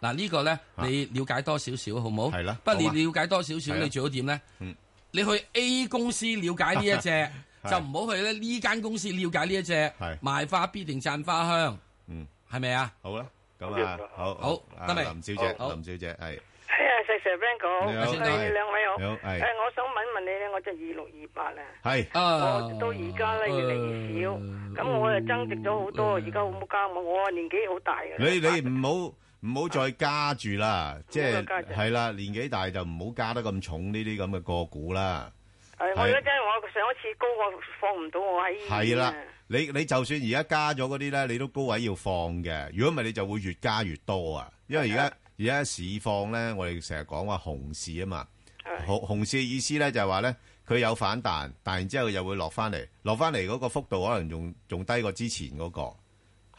Speaker 2: 嗱呢個咧，
Speaker 1: 啊
Speaker 2: 你了解多少少好冇？
Speaker 1: 係啦
Speaker 2: 不
Speaker 1: 好啊
Speaker 2: 過你了解多少
Speaker 1: 係
Speaker 2: 少，
Speaker 1: 啊
Speaker 2: 你最好點咧
Speaker 1: 嗯？
Speaker 2: 你去 A 公司了解呢一
Speaker 1: *laughs*
Speaker 2: 隻，就唔好去咧呢間公司了解呢一隻
Speaker 1: 係。
Speaker 2: 賣花必定讚花香，
Speaker 1: 嗯，
Speaker 2: 係咪啊？
Speaker 1: 好啦，咁啊，好
Speaker 2: 好
Speaker 1: 啊
Speaker 2: 得未
Speaker 1: 林小姐，
Speaker 2: 好
Speaker 1: 林小姐係
Speaker 7: 係啊，石 Sir Ben 哥，
Speaker 1: 你好
Speaker 7: 誒兩位好。
Speaker 1: 你好係
Speaker 7: 誒，我想問一問你咧，我就二六二八啊，
Speaker 1: 係。
Speaker 2: 啊
Speaker 7: 我到而家咧越嚟
Speaker 1: 呃
Speaker 7: 越少，咁我又增值咗好多，而家好唔好加我？我年紀好大嘅。
Speaker 1: 你你唔好唔好再加住啦，即係
Speaker 7: 加住
Speaker 1: 係啦，年紀大就唔好加得咁重呢啲咁嘅個股啦。
Speaker 7: 係我而家真係我上一次高我放唔到我喺醫
Speaker 1: 係
Speaker 7: 院
Speaker 1: 啦
Speaker 7: 啊，
Speaker 1: 你你就算而家加咗嗰啲咧，你都高位要放嘅。如果唔係，你就會越加越多啊。因為而家而家市況咧，我哋成日講話熊市啊嘛。
Speaker 7: 係
Speaker 1: 熊熊市嘅意思咧就係話咧，佢有反彈，但然之後又會落翻嚟，落翻嚟嗰個幅度可能仲仲低過之前嗰個，係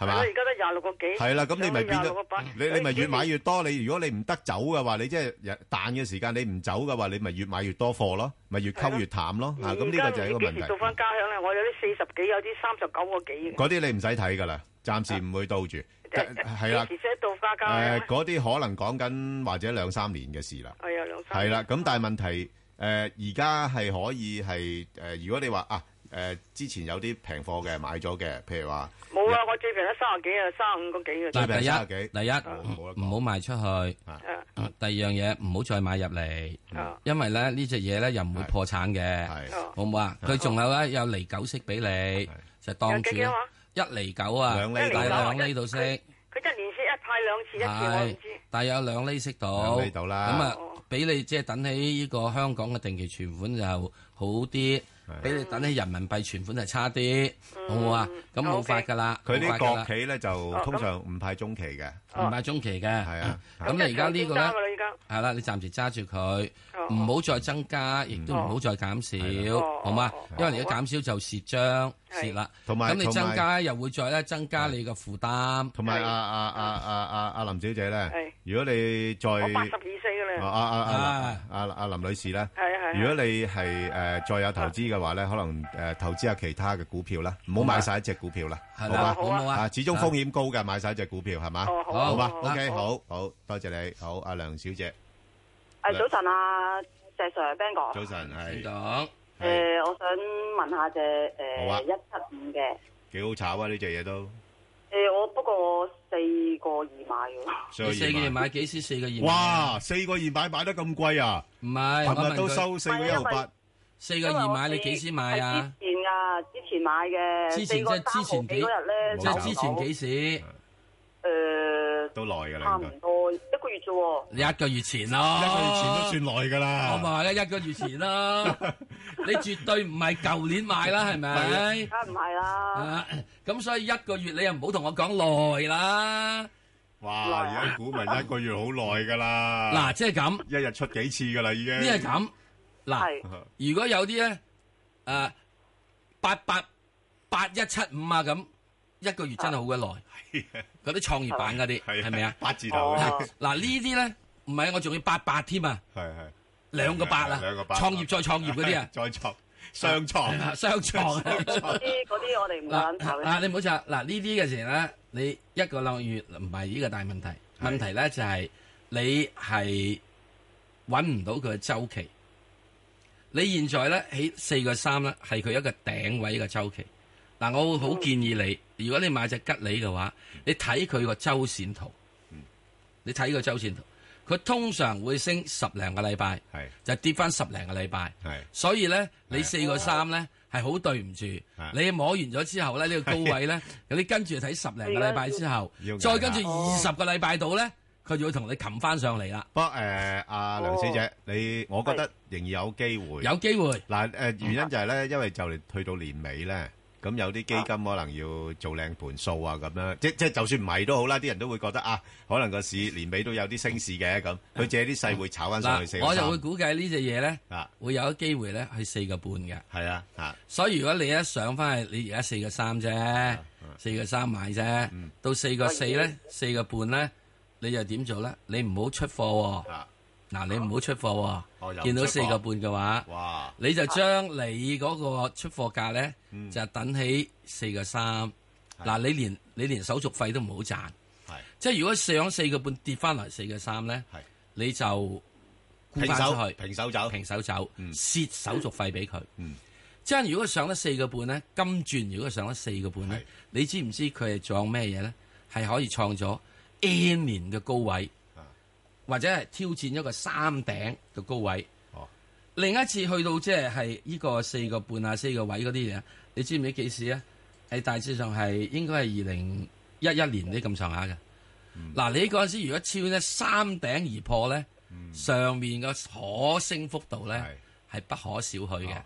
Speaker 7: 我
Speaker 1: 嘛？
Speaker 7: 而家都廿六個幾。
Speaker 1: 係啦，咁你咪變
Speaker 7: 上到
Speaker 1: 咗
Speaker 7: 26個八
Speaker 1: 你你咪越買越多。你如果你唔得走嘅話，你即係日彈嘅時間你唔走嘅話，你咪越買越多貨咯，咪越溝越淡咯。啊，咁呢個就係一個問
Speaker 7: 幾時到翻
Speaker 1: 題。
Speaker 7: 家鄉咧？我有啲四十幾，有啲三十九個幾嘅。
Speaker 1: 嗰啲你唔使睇噶啦，暫時唔會到住。
Speaker 7: 啊
Speaker 1: 係啦，
Speaker 7: 幾時先到翻家鄉
Speaker 1: 誒
Speaker 7: 咧？
Speaker 1: 嗰啲可能講緊或者兩三年嘅事啦。
Speaker 7: 係啊，兩三。
Speaker 1: 係啦，咁但係問題誒，而家係可以係誒，如果你話啊誒，之前有啲平貨嘅買咗嘅，譬如話
Speaker 7: 冇啊！我最平得三十幾啊，三十五個幾嘅。
Speaker 1: 最平
Speaker 2: 嗱，
Speaker 1: 三十
Speaker 2: 第
Speaker 1: 幾
Speaker 2: 一，第一
Speaker 1: 冇冇得講
Speaker 2: 唔好賣出去。
Speaker 7: 啊
Speaker 2: 啊第二樣嘢唔好再買入嚟，
Speaker 7: 啊
Speaker 2: 因為咧呢只嘢咧又唔會破產嘅，
Speaker 1: 係
Speaker 7: 哦
Speaker 2: 好唔好啊？佢仲有咧有厘九息俾你，就當住
Speaker 7: 有幾多
Speaker 2: 呢
Speaker 7: 啊
Speaker 2: 一厘九啊，
Speaker 1: 兩厘
Speaker 2: 大
Speaker 1: 九
Speaker 2: 約兩厘度息，
Speaker 7: 佢一年先一派兩次，一次我唔
Speaker 2: 係
Speaker 7: 知。
Speaker 2: 大約兩厘息到，
Speaker 1: 兩厘到啦
Speaker 2: 咁啊
Speaker 7: 哦，
Speaker 2: 俾你即係等起呢個香港嘅定期存款就好啲。
Speaker 1: 係
Speaker 2: 俾你等起人民幣存款就差啲，
Speaker 7: 嗯
Speaker 2: 好唔好啊？咁冇法㗎啦，
Speaker 1: 佢
Speaker 2: 冇
Speaker 1: 啲
Speaker 2: 法㗎啦
Speaker 1: 國企咧就
Speaker 7: 哦咁
Speaker 1: 通常唔派中期嘅，
Speaker 7: 哦
Speaker 2: 唔係中期嘅。
Speaker 1: 係啊
Speaker 2: 咁你而家呢個咧
Speaker 7: 咁就長線揸㗎啦而家
Speaker 2: 係啦，你暫時揸住佢，
Speaker 7: 哦
Speaker 2: 唔好再增加，亦
Speaker 1: 嗯
Speaker 2: 都唔好再減
Speaker 7: 哦
Speaker 2: 少，好嘛
Speaker 7: 哦？
Speaker 2: 因為而家減少就蝕張
Speaker 7: 係
Speaker 2: 蝕啦，
Speaker 1: 同埋
Speaker 2: 咁你
Speaker 1: 同埋
Speaker 2: 增加又會再咧增加你嘅負擔。
Speaker 1: 同埋阿啊阿阿阿阿阿啊林小姐咧
Speaker 7: 係，
Speaker 1: 如果你再
Speaker 7: 我八十二歲
Speaker 1: 啊
Speaker 7: 㗎啦，
Speaker 1: 啊啊
Speaker 2: 啊
Speaker 1: 啊啊啊林女士咧，
Speaker 7: 係啊係啊
Speaker 1: 如果你係誒再有投資嘅話咧，可能誒投資下其他嘅股票啦，唔好買晒一隻股票啦，
Speaker 2: 係
Speaker 1: 好
Speaker 2: 啦，
Speaker 1: 嘛
Speaker 2: 好？唔好
Speaker 1: 啊
Speaker 2: 啊？，
Speaker 1: 始終風險高嘅，買晒一隻股票係嘛？
Speaker 7: 哦好
Speaker 2: 啊
Speaker 1: 好嘛
Speaker 7: 好啊
Speaker 1: ？OK，
Speaker 2: 好
Speaker 1: 好好多謝你，好阿梁小姐，
Speaker 8: 诶，早晨啊，石 Sir、Ben 哥，
Speaker 1: 早晨
Speaker 2: 先
Speaker 1: 係
Speaker 2: 講
Speaker 1: 係
Speaker 8: 诶、我想問下隻诶
Speaker 1: 好啊
Speaker 8: 一七五嘅，
Speaker 1: 幾好炒啊！呢只嘢都
Speaker 8: 诶、我不過我四個二買嘅，
Speaker 2: 你四個月
Speaker 1: 二買，
Speaker 2: 買幾時？四個月買啊
Speaker 1: 哇！四個二買買得咁貴啊！
Speaker 2: 唔係我
Speaker 1: 琴日
Speaker 2: 問
Speaker 1: 都
Speaker 2: 佢
Speaker 1: 收四個一毫八，
Speaker 2: 四個月買你幾時買啊？
Speaker 8: 係之前啊，之前買嘅，
Speaker 2: 之前即係
Speaker 8: 4.3
Speaker 2: 之前幾
Speaker 8: 號嗰日咧，
Speaker 2: 即
Speaker 1: 冇
Speaker 2: 係
Speaker 1: 走
Speaker 2: 之前幾時？
Speaker 8: 诶、
Speaker 1: 都耐㗎
Speaker 8: 差
Speaker 1: 啦，應該
Speaker 8: 唔多一個月啫喎。
Speaker 2: 一個月前咯，
Speaker 1: 一個月前都算耐㗎啦。
Speaker 2: 我咪話咧一個月前啦，
Speaker 1: *laughs*
Speaker 2: 你絕對唔係舊年買啦，係咪？
Speaker 1: 啊
Speaker 8: 梗唔係啦，
Speaker 2: 啊，咁所以一個月你又唔好同我講耐啦。
Speaker 1: 哇！而家股民一個月好耐㗎啦，
Speaker 2: 嗱，即係咁，呢
Speaker 1: 一日出幾次㗎啦已經。
Speaker 2: 係咁。嗱，
Speaker 8: 係
Speaker 2: 如果有啲咧，誒八八八一七五啊咁，一個月真係好鬼耐。嗰啲創業板嗰啲
Speaker 1: 係
Speaker 2: 係咪啊？
Speaker 1: 八字頭嘅，
Speaker 8: 哦
Speaker 2: 嗱呢啲咧，唔係我仲要八八添啊，
Speaker 1: 係係
Speaker 2: 兩個八啊，
Speaker 1: 兩個八
Speaker 2: 創業再創業嗰
Speaker 1: *laughs*，
Speaker 2: 啲啊
Speaker 1: 再創雙
Speaker 2: 啊
Speaker 1: 創，
Speaker 2: 雙創啊。
Speaker 8: 嗰啲嗰啲我哋唔想投
Speaker 2: 嗱啊
Speaker 8: 嘅，
Speaker 2: 嗱，你唔好拆嗱呢啲嘅時咧，你一個兩個月唔係呢個大問題，問題咧就係你係揾唔到佢嘅周期。你現在咧喺四個三咧係佢一個頂位嘅周期。嗱，我會好建議你，如果你買只吉利嘅話，你睇佢個周線圖，你睇個周線圖，佢通常會升十零個禮拜，
Speaker 1: 係
Speaker 2: 就跌翻十零個禮拜。
Speaker 1: 係
Speaker 2: 所以咧，
Speaker 1: 哎
Speaker 2: 你四個三咧係好對唔住，你摸完咗之後咧，呢個高位
Speaker 1: *laughs*
Speaker 2: 咧，你跟住睇十零個禮拜之後
Speaker 1: 要，
Speaker 2: 再跟住二十個禮拜度咧，佢就會同你擒翻上嚟啦，
Speaker 1: 不過誒，阿梁小姐，你我覺得仍然有機會。
Speaker 2: 有機會。
Speaker 1: 嗱誒，原因就係咧，因為就嚟去到年尾咧。咁有啲基金可能要做靚盤數啊，咁樣即即就算唔係都好啦，啲人都會覺得啊，可能個市年尾都有啲升市嘅咁，佢借啲勢會炒翻上去四
Speaker 2: 嗱，我就會估計呢只嘢咧
Speaker 1: 啊，
Speaker 2: 會有機會咧去四個半嘅。
Speaker 1: 係啊嚇，
Speaker 2: 所以如果你一上翻去，你而家四個三
Speaker 1: 啊
Speaker 2: 啫，四個三買啫，
Speaker 1: 嗯
Speaker 2: 到四個四咧，四個半咧，你又點做咧？你唔好出貨喎，
Speaker 1: 啊
Speaker 2: 嗱，你唔好出貨
Speaker 1: 哦又
Speaker 2: 喎，
Speaker 1: 唔
Speaker 2: 見到
Speaker 1: 出
Speaker 2: 四
Speaker 1: 貨
Speaker 2: 個半嘅話。
Speaker 1: 哇！
Speaker 2: 你就將你嗰個出貨價咧，
Speaker 1: 嗯
Speaker 2: 就等起四個三。嗱，你連你連手續費都唔好賺，
Speaker 1: 係
Speaker 2: 即係如果上四個半跌翻嚟四個三咧
Speaker 1: 係，
Speaker 2: 你就沽
Speaker 1: 平
Speaker 2: 翻
Speaker 1: 手
Speaker 2: 出去，
Speaker 1: 平手走
Speaker 2: 平手走，
Speaker 1: 嗯
Speaker 2: 蝕手續費俾佢
Speaker 1: 嗯。
Speaker 2: 即係如果上得四個半咧，金轉如果上得四個半
Speaker 1: 係
Speaker 2: 咧，你知唔知佢係撞咩嘢咧？係可以創咗 N 年嘅高位
Speaker 1: 啊，
Speaker 2: 或者係挑戰一個三頂嘅高位。
Speaker 1: 哦
Speaker 2: 另一次去到即係係呢個四個半啊四個位嗰啲嘢，你知唔知幾時啊？係大致上係應該係二零一一年啲咁上下嘅。
Speaker 1: 嗯
Speaker 2: 嗱、你嗰陣時如果超呢三頂而破咧，
Speaker 1: 嗯
Speaker 2: 上面嘅可升幅度咧係不可小覷
Speaker 1: 哦
Speaker 2: 嘅。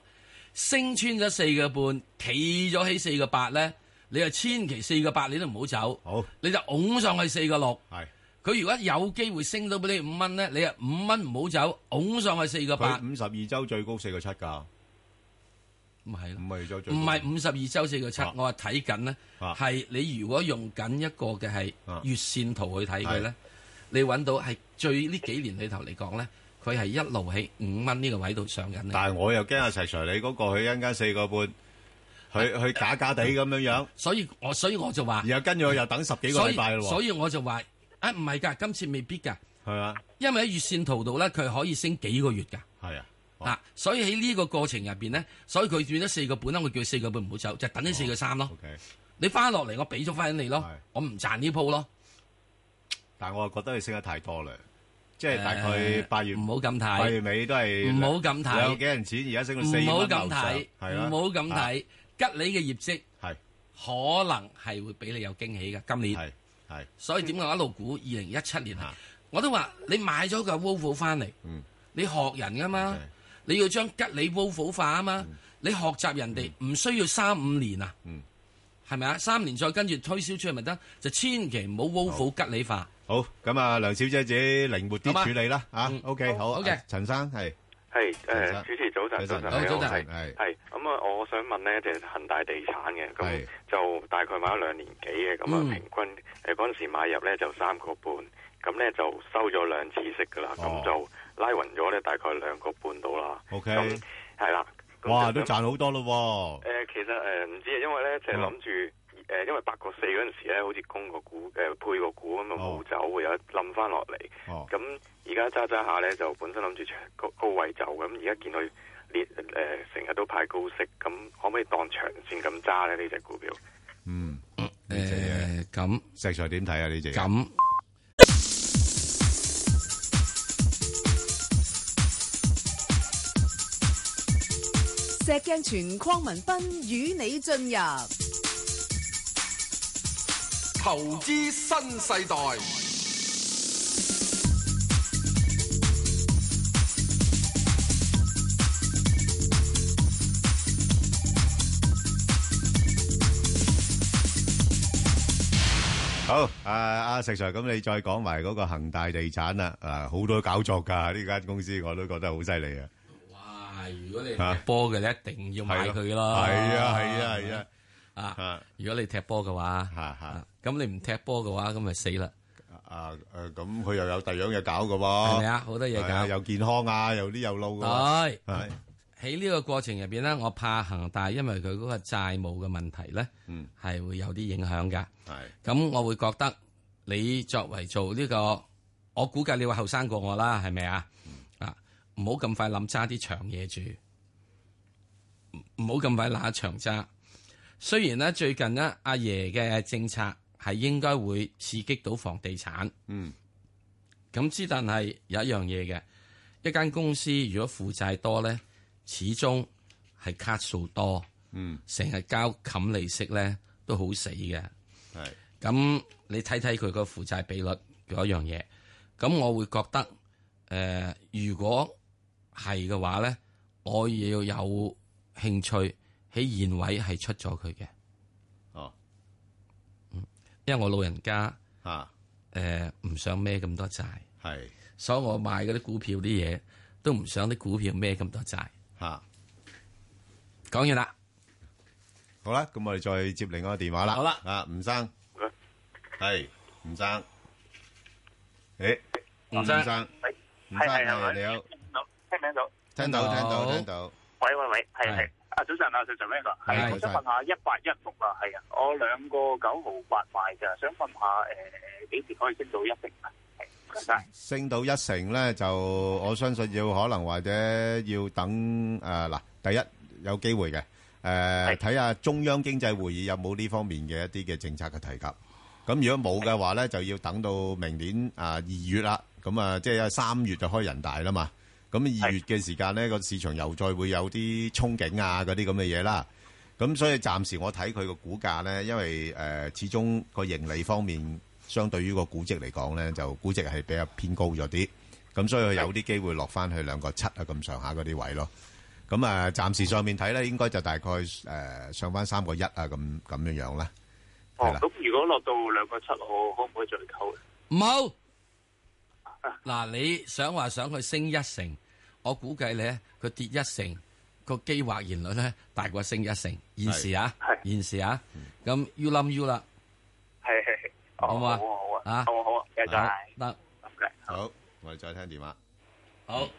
Speaker 2: 升穿咗四個半，企咗起四個八咧，你就千祈四個八你都唔好走，
Speaker 1: 好
Speaker 2: 你就拱上去四個六。
Speaker 1: 係
Speaker 2: 佢如果有機會升到俾你五蚊咧，你啊五蚊唔好走，拱上去四個八
Speaker 1: 佢，52周最高4.7㗎
Speaker 2: 咁係咯。
Speaker 1: ，52周最高。
Speaker 2: 唔係五十二周四個七，
Speaker 1: 啊
Speaker 2: 我係睇緊呢，
Speaker 1: 啊
Speaker 2: 係你如果用緊一個嘅係
Speaker 1: 啊
Speaker 2: 月線圖去睇佢呢，你揾到係最呢幾年裏頭嚟講呢，佢係一路喺五蚊呢個位度上緊嘅。
Speaker 1: 但係我又驚阿石Sir你嗰個佢一陣間4.5佢-佢假假地咁樣樣，然後跟住我又等
Speaker 2: 所以我所以我就話，
Speaker 1: 10
Speaker 2: 所以
Speaker 1: 幾個禮拜咯喎。
Speaker 2: 所以我就話，啊唔係㗎，今次未必㗎，
Speaker 1: 係咪啊？係啊，
Speaker 2: 因為喺月線圖度呢，佢可以升幾個月㗎。
Speaker 1: 哦，
Speaker 2: 嗱，所以喺呢個過程入邊呢，所以佢轉咗四個半啦，我叫佢四個半唔好走，就等呢四個三咯。你翻落嚟，我俾咗翻你咯
Speaker 1: 係，
Speaker 2: 我唔賺呢鋪咯。
Speaker 1: OK。但我又覺得佢升得太多啦。即係大概
Speaker 2: 誒
Speaker 1: 八月
Speaker 2: 唔好咁睇，
Speaker 1: 八月尾都係
Speaker 2: 唔好咁睇
Speaker 1: 兩幾人錢，而家升到四
Speaker 2: 唔好
Speaker 1: 蚊
Speaker 2: 咁
Speaker 1: 樓上
Speaker 2: 睇，
Speaker 1: 係啦
Speaker 2: 唔好咁睇。吉利嘅業績
Speaker 1: 係
Speaker 2: 可能係會俾你有驚喜嘅今年，
Speaker 1: 係係
Speaker 2: 所以點解我一路估二零一七年
Speaker 1: 嚇
Speaker 2: 啊？我都話你買咗個 Volvo 翻嚟
Speaker 1: 嗯，
Speaker 2: 你學人噶嘛
Speaker 1: 係，
Speaker 2: 你要將吉利 Volvo 化啊嘛，你學習人哋唔需要三五年啊
Speaker 1: 嗯，
Speaker 2: 係咪啊？三年再跟住推銷出去咪得，就千祈唔好 Volvo 吉利化。
Speaker 1: 好咁啊，梁小姐自己靈活
Speaker 2: 好嘛
Speaker 1: 啲處理啦嚇
Speaker 2: 嗯。
Speaker 1: OK 好，
Speaker 2: 好嘅
Speaker 1: 啊陳生係
Speaker 6: 係
Speaker 1: 陳
Speaker 6: 誒
Speaker 1: 生
Speaker 6: 主持早晨，
Speaker 1: 早晨
Speaker 6: 早晨，
Speaker 2: 好
Speaker 6: 你好
Speaker 2: 早晨
Speaker 6: 係
Speaker 1: 係
Speaker 6: 係咁啊！我想問咧，就係恒大地產
Speaker 1: 係
Speaker 6: 嘅，咁就大概買咗兩年幾嘅，咁啊
Speaker 2: 嗯
Speaker 6: 平均誒嗰陣時買入咧就三個半，咁咧就收咗兩次息噶啦，
Speaker 1: 哦
Speaker 6: 咁就拉勻咗咧大概兩個半到啦。
Speaker 1: OK
Speaker 6: 咁。係啦，咁
Speaker 1: 哇，
Speaker 6: 就
Speaker 1: 都
Speaker 6: 想
Speaker 1: 賺好多咯
Speaker 6: 誒、其實誒唔、知啊，因為咧就係諗住誒，因為八個四嗰陣時咧，好似供個股誒、配個股咁啊
Speaker 1: 哦
Speaker 6: 冇走，會有冧翻落嚟。
Speaker 1: 喎。哦，
Speaker 6: 咁而家揸揸下咧，就本身諗住長高高位走，咁而家見佢連誒成日都派高息，咁可唔可以當長線咁揸咧？呢只股票？
Speaker 1: 嗯，呢隻嘢
Speaker 2: 誒咁
Speaker 1: 石 Sir 點睇啊？呢隻嘢
Speaker 2: 咁。
Speaker 3: 石镜全框文斌与你进入
Speaker 4: 投資新世代，
Speaker 1: 好，啊阿石 Sir，咁你再講埋嗰個恒大地產啦，啊好多搞作㗎 *laughs* 呢間公司，我都覺得好犀利啊！
Speaker 2: 哇！如果你
Speaker 1: 啊
Speaker 2: 踢波嘅，你一定要買佢啦。
Speaker 1: 係啊係啊係啊
Speaker 2: 啊！
Speaker 1: 啊
Speaker 2: 如果你踢波嘅話，
Speaker 1: 嚇嚇
Speaker 2: 啊咁你唔踢波嘅話，咁咪死啦，
Speaker 1: 啊誒，咁佢又有第二樣嘢搞㗎喎，
Speaker 2: 係咪啊？好多嘢
Speaker 1: 係啊
Speaker 2: 搞。
Speaker 1: 又健康啊，又啲又老㗎
Speaker 2: 對，
Speaker 1: 喎，係
Speaker 2: 喺呢個過程入邊咧，我怕恒大，因為佢嗰個債務嘅問題咧，
Speaker 1: 嗯
Speaker 2: 係會有啲影響㗎。
Speaker 1: 係
Speaker 2: 咁我會覺得你作為做呢個，我估計你會後生過我啦，係咪啊？啊，唔好咁快諗揸啲長嘢住，唔唔好咁快拿長揸。雖然咧最近呢，阿爺嘅政策係應該會刺激到房地產，
Speaker 1: 嗯
Speaker 2: 咁之但係有一樣嘢嘅，一間公司如果負債多咧，始終係卡數多，
Speaker 1: 嗯
Speaker 2: 成日交冚利息咧都好死嘅。
Speaker 1: 係
Speaker 2: 咁你睇睇佢個負債比率嗰樣嘢，咁我會覺得誒、呃如果係嘅話咧，我要有興趣喺現位係出咗佢嘅，
Speaker 1: 哦
Speaker 2: 因為我老人家
Speaker 1: 嚇
Speaker 2: 誒唔、想孭咁多債，
Speaker 1: 係
Speaker 2: 所以我買嗰啲股票啲嘢都唔想啲股票孭咁多債。
Speaker 1: 嚇。
Speaker 2: 講完啦，
Speaker 1: 好啦，咁我哋再接另外一個電話啦。
Speaker 2: 好啦
Speaker 1: 啊，吳生，係吳生，誒，
Speaker 2: 吳
Speaker 1: 吳生，吳生，係你好，
Speaker 6: 聽唔聽到？
Speaker 1: 聽到聽
Speaker 2: 好
Speaker 1: 到聽到，
Speaker 6: 喂喂喂，係
Speaker 2: 係係
Speaker 6: 啊，早晨啊，早晨咩個？
Speaker 2: 係
Speaker 1: 早晨
Speaker 6: 下一八一六啊，係啊，我兩個九毫八賣㗎，想問下誒幾時可以升到一成啊？唔該曬。
Speaker 1: 升到一成咧，就我相信要可能或者要等誒呃嗱，第一有機會嘅誒，
Speaker 6: 係
Speaker 1: 睇下中央經濟會議有冇呢方面嘅一啲嘅政策嘅提及。咁如果冇嘅話咧，就要等到明年啊二月啦，咁啊即係三月就開人大啦嘛。咁二月嘅時間咧，個市場又再會有啲憧憬啊嗰啲咁嘅嘢啦。咁所以暫時我睇佢個股價咧，因為誒、呃始終個盈利方面，相對於個估值嚟講咧，就估值係比較偏高咗啲。咁所以佢有啲機會落翻去兩個七啊咁上下嗰啲位咯。咁啊，暫時上面睇咧，應該就大概誒、呃上翻三個一啊咁咁樣樣啦。
Speaker 6: 哦
Speaker 1: 係啦，
Speaker 6: 咁如果落到兩個七，我可唔可以再溝？
Speaker 2: 唔好嗱，你想話想佢升一成，我估計咧佢跌一成，個機或然率咧大過升一成。現時啊，
Speaker 6: 係
Speaker 2: 現時啊，咁 U 冧 U 啦，
Speaker 6: 係係係，哦
Speaker 2: 好嘛
Speaker 6: 好啊好
Speaker 2: 啊
Speaker 6: 啊，好啊好啊，唔該曬
Speaker 2: 得
Speaker 6: 唔該。
Speaker 1: 好，我哋再聽電話。
Speaker 2: 好，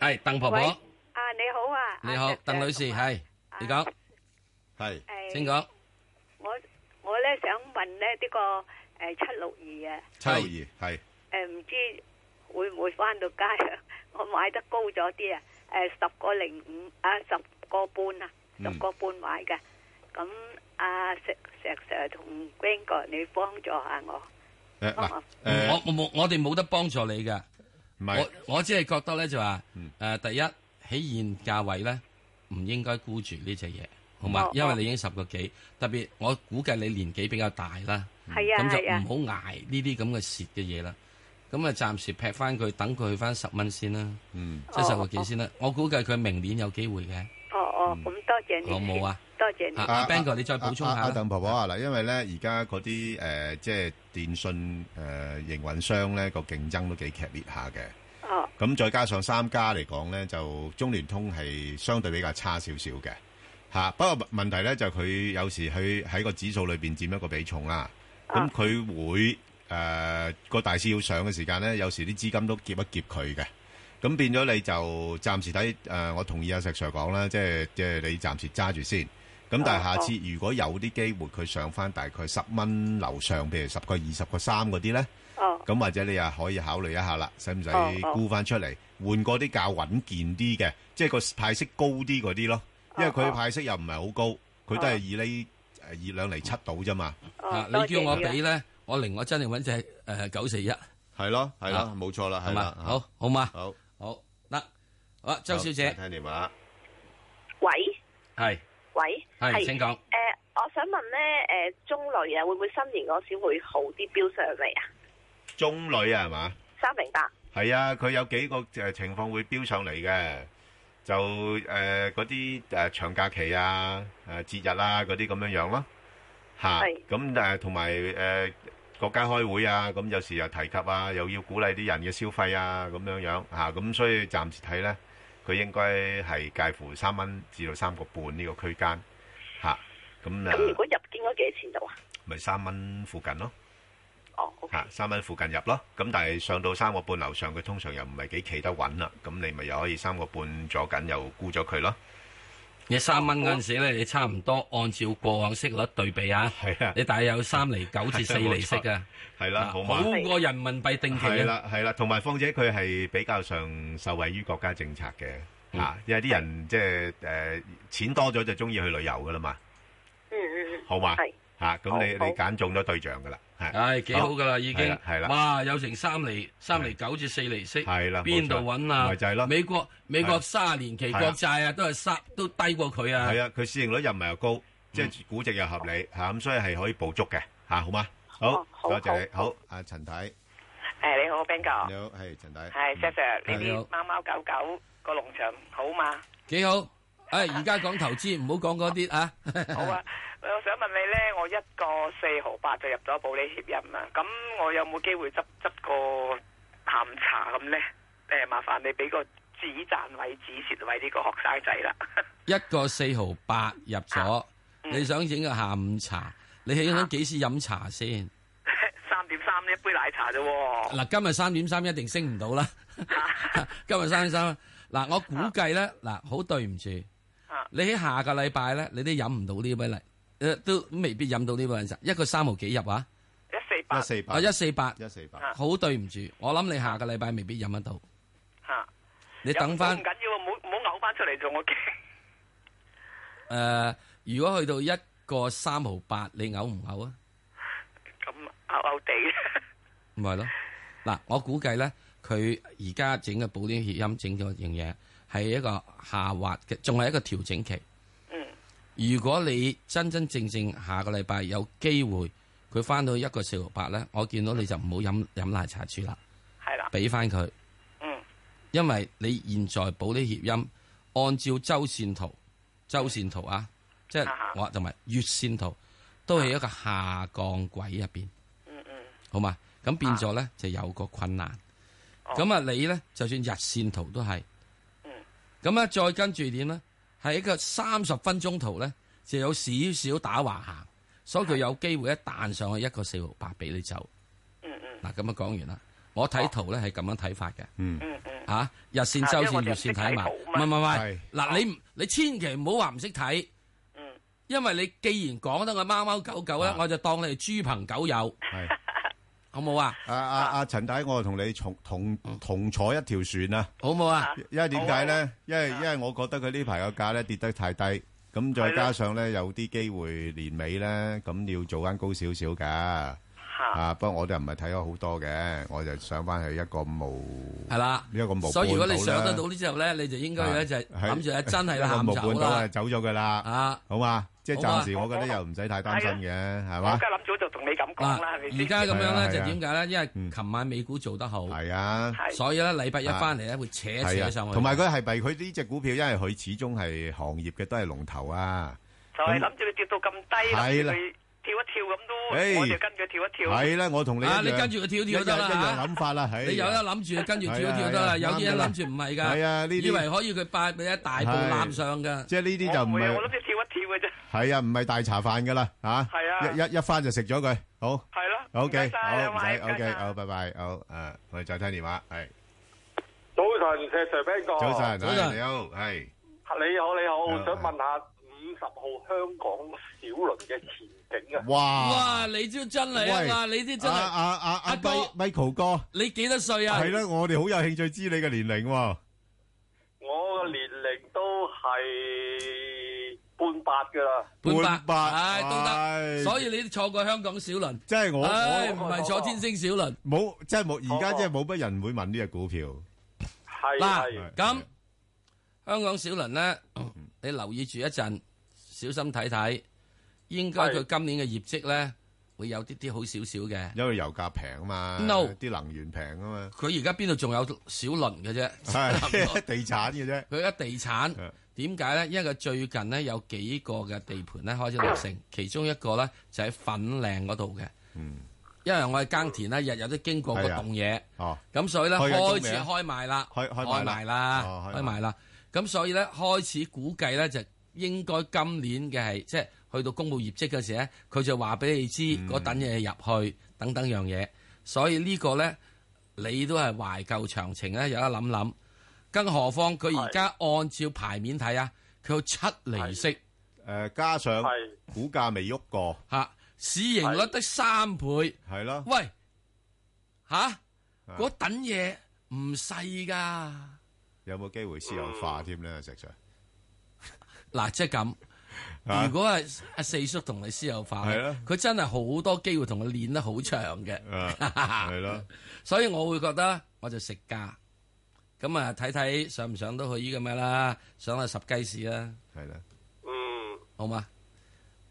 Speaker 2: 係鄧婆
Speaker 7: 喂
Speaker 2: 婆，
Speaker 7: 啊，你好啊，
Speaker 2: 你好，
Speaker 7: 阿
Speaker 2: 鄧女士，係你講，
Speaker 1: 係
Speaker 7: 誒
Speaker 2: 請講，
Speaker 7: 我我咧想問咧呢個誒七六二啊， *laughs*
Speaker 1: 七六二，係
Speaker 7: 誒唔知會唔會翻到家啊？我買得高咗啲啊，誒十個零五啊，十個半啊，
Speaker 1: 嗯
Speaker 7: 十個半買嘅。咁阿石石 Sir 同 Green 哥，你幫助下我，
Speaker 1: 誒
Speaker 7: 幫
Speaker 1: 嗱呃誒
Speaker 7: 我
Speaker 2: 我冇冇，我哋冇得幫助你噶。
Speaker 1: 係嗯
Speaker 2: 我我只係覺得咧就話，誒第一喺現價位咧唔應該沽住呢只嘢，好嘛
Speaker 9: 哦？
Speaker 2: 因為
Speaker 9: 哦
Speaker 2: 你已經十個幾，特別我估計你年紀比較大啦，
Speaker 9: 係啊
Speaker 2: 嗯咁就
Speaker 9: 係啊
Speaker 2: 唔好捱呢啲咁嘅蝕嘅嘢啦。咁啊，暫時劈翻佢，等佢去翻十蚊先啦，
Speaker 1: 嗯，
Speaker 2: 即係十個幾先啦。我估計佢明年有機會
Speaker 1: 啊
Speaker 2: 嘅，
Speaker 9: 哦哦，咁多謝你，
Speaker 2: 嗯好冇啊？
Speaker 9: 多謝你。
Speaker 2: 啊阿 Ben 哥，你再補充
Speaker 1: 阿
Speaker 2: 下啦。
Speaker 1: 鄧婆婆啊，嗱，因為咧而家嗰啲誒即係電信誒營運商咧個競爭都幾劇烈下嘅。
Speaker 9: 哦，
Speaker 1: 咁再加上三家嚟講咧，就中聯通係相對比較差少少嘅嚇。不過問題咧就佢有時佢喺個指數裏邊佔一個比重啦。
Speaker 9: 啊
Speaker 1: 咁佢會誒個大市要上嘅時間咧，有時啲資金都夾一夾佢嘅。咁變咗你就暫時睇誒、呃我同意阿石 Sir 講啦，即係即係你暫時揸住先。
Speaker 9: 啊
Speaker 1: 咁但係下次如果有啲機會佢上翻大概十蚊樓上，譬如十個、二十個、三嗰啲咧，
Speaker 9: 哦
Speaker 1: 咁或者你又可以考慮一下啦，使唔使
Speaker 9: 哦哦
Speaker 1: 沽翻出嚟，換嗰啲較穩健啲嘅，即係個派息高啲嗰啲咯。因為
Speaker 9: 哦
Speaker 1: 佢派息又唔係好高，佢都係二厘誒二兩厘七到啫嘛。
Speaker 10: 哦
Speaker 9: 哦
Speaker 2: 啊，你叫我俾咧，我另外真係揾只誒九四一。
Speaker 1: 係咯，係咯，
Speaker 2: 啊
Speaker 1: 冇錯啦，係啊啦
Speaker 2: 好嘛，好好嘛，
Speaker 1: 好
Speaker 2: 好得，好啊，周小姐
Speaker 1: 好聽電話，
Speaker 10: 喂
Speaker 2: 係
Speaker 10: 喂，
Speaker 2: 係
Speaker 10: 係
Speaker 2: 請講
Speaker 10: 誒、我想問咧，誒、中旅啊，會唔會新年嗰時會好啲飆上嚟啊？
Speaker 1: 中旅啊係嘛？
Speaker 10: 三零八，
Speaker 1: 係啊，佢有幾個誒情況會飆上嚟嘅，就誒嗰啲誒長假期啊、誒、節日啊嗰啲咁樣樣咯，嚇、
Speaker 11: 係
Speaker 1: 咁誒同埋誒國家開會啊，咁有時又提及啊，又要鼓勵啲人嘅消費啊，咁樣樣嚇，咁、所以暫時睇咧，佢應該係介乎三蚊至到三個半呢個區間嚇，咁、
Speaker 10: 咁如
Speaker 1: 誒
Speaker 10: 果入境嗰幾多錢度啊？
Speaker 1: 咪三蚊附近咯。
Speaker 10: 哦
Speaker 1: 嚇三蚊附近入咯，咁但係上到三個半樓上，佢通常又唔係幾企得穩啦，咁你咪又可以三個半左緊又沽咗佢咯。
Speaker 2: 你三蚊嗰陣時咧，你差唔多按照過往息率對比啊，
Speaker 1: 係啊，
Speaker 2: 你大約有三厘九至四厘息啊，
Speaker 1: 係啦，好嘛
Speaker 2: 好，過人民幣定期
Speaker 1: 係
Speaker 2: 啊
Speaker 1: 啦，係啦，同埋況且佢係比較上受惠於國家政策嘅嚇，因為啲人即係誒錢多咗就中意去旅遊噶啦嘛，
Speaker 10: 嗯嗯嗯，
Speaker 1: 好嘛
Speaker 10: 係，
Speaker 1: 嚇，咁你
Speaker 2: 好啊好
Speaker 1: 你揀中咗對象噶啦，係，
Speaker 2: 唉，幾好噶啦，已
Speaker 1: 係
Speaker 2: 經
Speaker 1: 啦係啦，
Speaker 2: 哇，有成三厘三厘九至四厘息，
Speaker 1: 係啦冇錯
Speaker 2: 邊度揾啊？
Speaker 1: 咪就係咯
Speaker 2: 美國美國
Speaker 1: 係
Speaker 2: 卅年期
Speaker 1: 係啊
Speaker 2: 國債啊，都係三都低過佢啊，
Speaker 1: 係啊，佢市盈率又唔係又高，即係估值又合理嚇，咁所以係可以捕捉嘅嚇，好嘛？好，多謝你，好，阿陳太。
Speaker 12: 誒，你好，Ben 哥，
Speaker 1: 你好，係陳太。
Speaker 12: 係 Sir Sir，呢
Speaker 2: 嗯你好
Speaker 12: 啲貓貓狗狗個農場好嘛？
Speaker 2: 幾好。唉，而家講投資，唔好講嗰啲啊。
Speaker 12: 好啊，我想問你咧，我一個四毫八就入咗保利協鑫啦，咁我有冇機會執執個下午茶咁咧？誒，麻煩你俾個止賺位、止蝕位呢個學生仔啦。
Speaker 2: *laughs*
Speaker 12: *laughs*
Speaker 2: 一個四毫八入咗，
Speaker 1: 啊
Speaker 2: 你想整個下午茶？你起想幾時飲茶先？
Speaker 12: 三點三一杯奶茶啫喎，
Speaker 2: 嗱，今日三點三一定升唔到啦。今日三點三，嗱，我估計咧，嗱，好對唔住，你喺下個禮拜咧，你都飲唔到呢杯奶，誒，都未必飲到呢杯奶茶。一個三毫幾入啊？
Speaker 12: 一四八，
Speaker 2: 一四八，一四八，
Speaker 1: 一四八
Speaker 2: 好對唔住，我諗你下個禮拜未必飲得到。
Speaker 12: 嚇！
Speaker 2: 你等翻
Speaker 12: 唔緊要啊，唔好唔好嘔翻出嚟做我驚。
Speaker 2: 誒，如果去到一個三毫八，你嘔唔嘔啊？
Speaker 12: 咁嘔嘔地。
Speaker 2: 咪係咯，嗱，我估計咧，佢而家整嘅保險協鑫整咗樣嘢，係一個下滑嘅，仲係一個調整期。
Speaker 12: 嗯，
Speaker 2: 如果你真真正正下個禮拜有機會，佢翻到一個四六八咧，我見到你就唔好飲飲奶茶住啦，
Speaker 12: 係啦，
Speaker 2: 俾翻佢，
Speaker 12: 嗯，
Speaker 2: 因為你現在保險協鑫按照周線圖、周線圖啊，即係我同埋月線圖，都係一個下降軌入邊。
Speaker 12: 嗯嗯，啊
Speaker 2: 好嘛？咁變咗咧就有個困難。
Speaker 12: 哦
Speaker 2: 咁啊，你咧就算日線圖都係，
Speaker 12: 嗯
Speaker 2: 咁啊再跟住點咧？係一個三十分鐘圖咧，就有少少打橫行，所以佢有機會一彈上去一個四毫八俾你走。
Speaker 12: 嗯嗯，哦
Speaker 2: 嗱，咁啊講完啦。我睇圖咧係咁樣睇法嘅。
Speaker 1: 嗯
Speaker 12: 嗯嗯。
Speaker 2: 嚇，日線、周線、月線睇埋，唔係唔係唔係
Speaker 12: 係。
Speaker 2: 哎嗱，你唔你千祈唔好話唔識睇。
Speaker 12: 嗯
Speaker 2: 因為你既然講得我貓貓狗狗咧，
Speaker 1: 啊
Speaker 2: 我就當你係豬朋狗友，
Speaker 1: 係
Speaker 2: 好冇啊？
Speaker 1: 啊啊啊！陳太，我同你同同同坐一條船啊，
Speaker 2: 好冇啊？
Speaker 1: 因為點解咧？因為因為我覺得佢呢排個價咧跌得太低，咁再加上咧有啲機會年尾咧，咁要做翻高少少㗎。啊，不過我就唔係睇咗好多嘅，我就上翻去一個無
Speaker 2: 係啦，
Speaker 1: 一個無。
Speaker 2: 所以如果你上得到呢之後咧，你就應
Speaker 1: 啊
Speaker 2: 該咧就係諗住咧真係喊
Speaker 1: 無
Speaker 2: 走
Speaker 1: 半島啊，
Speaker 2: 啦。
Speaker 1: 走咗佢啦。
Speaker 2: 啊，
Speaker 1: 好嘛，即係
Speaker 2: 好啊
Speaker 1: 暫時，我覺得又唔使太擔心嘅，係
Speaker 12: 我
Speaker 1: 嘛
Speaker 12: 梗係？諗早就同你咁講
Speaker 2: 嗱，
Speaker 12: 啦，係咪
Speaker 2: 而
Speaker 12: 先？
Speaker 2: 家咁
Speaker 1: 係
Speaker 2: 樣
Speaker 1: 啊
Speaker 2: 咧
Speaker 1: 係
Speaker 2: 就
Speaker 1: 啊
Speaker 2: 點解咧？因為琴晚美股做得好，
Speaker 1: 係啊，
Speaker 2: 所以咧禮拜一翻嚟咧會扯一扯
Speaker 1: 係啊
Speaker 2: 佢上去。
Speaker 1: 同埋佢係咪佢呢只股票，因為佢始終係行業嘅都係龍頭啊。
Speaker 12: 就係諗住佢跌到咁低，諗
Speaker 1: 係
Speaker 12: 住
Speaker 1: 啦
Speaker 12: 佢跳一跳咁
Speaker 1: 誒
Speaker 12: 都，我就跟佢跳一跳。
Speaker 1: 係啦，我同你
Speaker 2: 啊
Speaker 1: 一樣
Speaker 2: 你跟住佢跳跳得啦
Speaker 1: 一樣一樣諗法啦。
Speaker 2: 你有得諗住跟住跳一跳得
Speaker 1: 哎
Speaker 2: 啦，有啲人諗住唔係㗎，
Speaker 1: 係啊呢啲
Speaker 2: 以為可以佢拜俾一大步攬上㗎。
Speaker 1: 即係呢啲就唔係
Speaker 12: 諗住跳一跳嘅啫。
Speaker 1: 係啊，唔係大茶飯噶啦，吓。
Speaker 12: 係啊
Speaker 1: 一一一翻就食咗佢，好。
Speaker 12: 係咯
Speaker 1: O K，
Speaker 12: 唔該晒
Speaker 1: 好唔
Speaker 12: 兩
Speaker 1: 使
Speaker 12: 位唔該
Speaker 1: ，O K，
Speaker 12: 晒
Speaker 1: 好，拜拜，好，誒，我哋再聽電話，係。
Speaker 11: 早晨，石 Sir Ben 哥。
Speaker 1: 早晨，係你好，係。
Speaker 11: 你好，你好，
Speaker 1: 你好
Speaker 11: 想問下五十號香港小輪嘅前景啊？
Speaker 1: 哇
Speaker 2: 哇！你招真係啊
Speaker 1: 喂
Speaker 2: 嘛，你啲真係
Speaker 1: 啊啊啊啊
Speaker 2: 阿哥，
Speaker 1: Michael 哥，
Speaker 2: 你幾多歲啊？
Speaker 1: 係啦，我哋好有興趣知你嘅年齡喎。
Speaker 11: 我嘅年齡都係半八噶啦。
Speaker 2: 半
Speaker 1: 百，
Speaker 2: 唉都
Speaker 1: 唉
Speaker 2: 得，所以你坐過香港小輪，
Speaker 1: 即係我
Speaker 2: 唉唔
Speaker 1: 我
Speaker 2: 係坐天星小輪。
Speaker 1: 冇，即係冇，而家即係冇乜人會問呢只股票。
Speaker 11: 係
Speaker 2: 嗱，咁香港小輪咧，你留意住一陣，小心睇睇，應該佢今年嘅業績咧會有啲啲好少少嘅。
Speaker 1: 因為油價平啊嘛
Speaker 2: No
Speaker 1: 啲能源平啊嘛，
Speaker 2: 佢而家邊度仲有小輪嘅啫？
Speaker 1: 係地產嘅啫。
Speaker 2: 佢而家地產點解咧？因為佢最近咧有幾個嘅地盤咧開始落成，其中一個咧就喺粉嶺嗰度嘅。
Speaker 1: 嗯，
Speaker 2: 因為我喺耕田咧，日日都經過個
Speaker 1: 係啊
Speaker 2: 棟嘢。
Speaker 1: 哦，
Speaker 2: 咁所以咧
Speaker 1: 開緊工
Speaker 2: 開
Speaker 1: 未
Speaker 2: 始
Speaker 1: 啊
Speaker 2: 開賣啦，
Speaker 1: 開開賣啦
Speaker 2: 賣啦
Speaker 1: 哦，開賣
Speaker 2: 開賣啦。咁所以咧開始估計咧就應該今年嘅係即係去到公佈業績嘅時咧，佢就話俾你知
Speaker 1: 嗯
Speaker 2: 嗰等嘢入去等等樣嘢。所以呢個咧你都係懷舊長情咧，有得諗諗。更何況佢而家按照牌面睇啊，佢有七厘息，
Speaker 1: 誒加上股價未喐過，
Speaker 2: 嚇市盈率得三倍，
Speaker 1: 係咯。
Speaker 2: *laughs* 喂
Speaker 1: 啊
Speaker 2: 嚇嗰等嘢唔細㗎。
Speaker 1: 有冇機會私有化添咧？石 Sir，
Speaker 2: 嗱，即係
Speaker 1: 啊
Speaker 2: 咁。如果係阿四叔同你私有化
Speaker 1: 係啊，
Speaker 2: 佢真係好多機會同佢練得好長嘅。
Speaker 1: 係咯，
Speaker 2: *laughs* 所以我會覺得我就食價。咁啊，睇睇上唔上到去呢咁嘅啦，上到十雞市啦，
Speaker 1: 係啦，
Speaker 11: 嗯，
Speaker 2: 好嘛，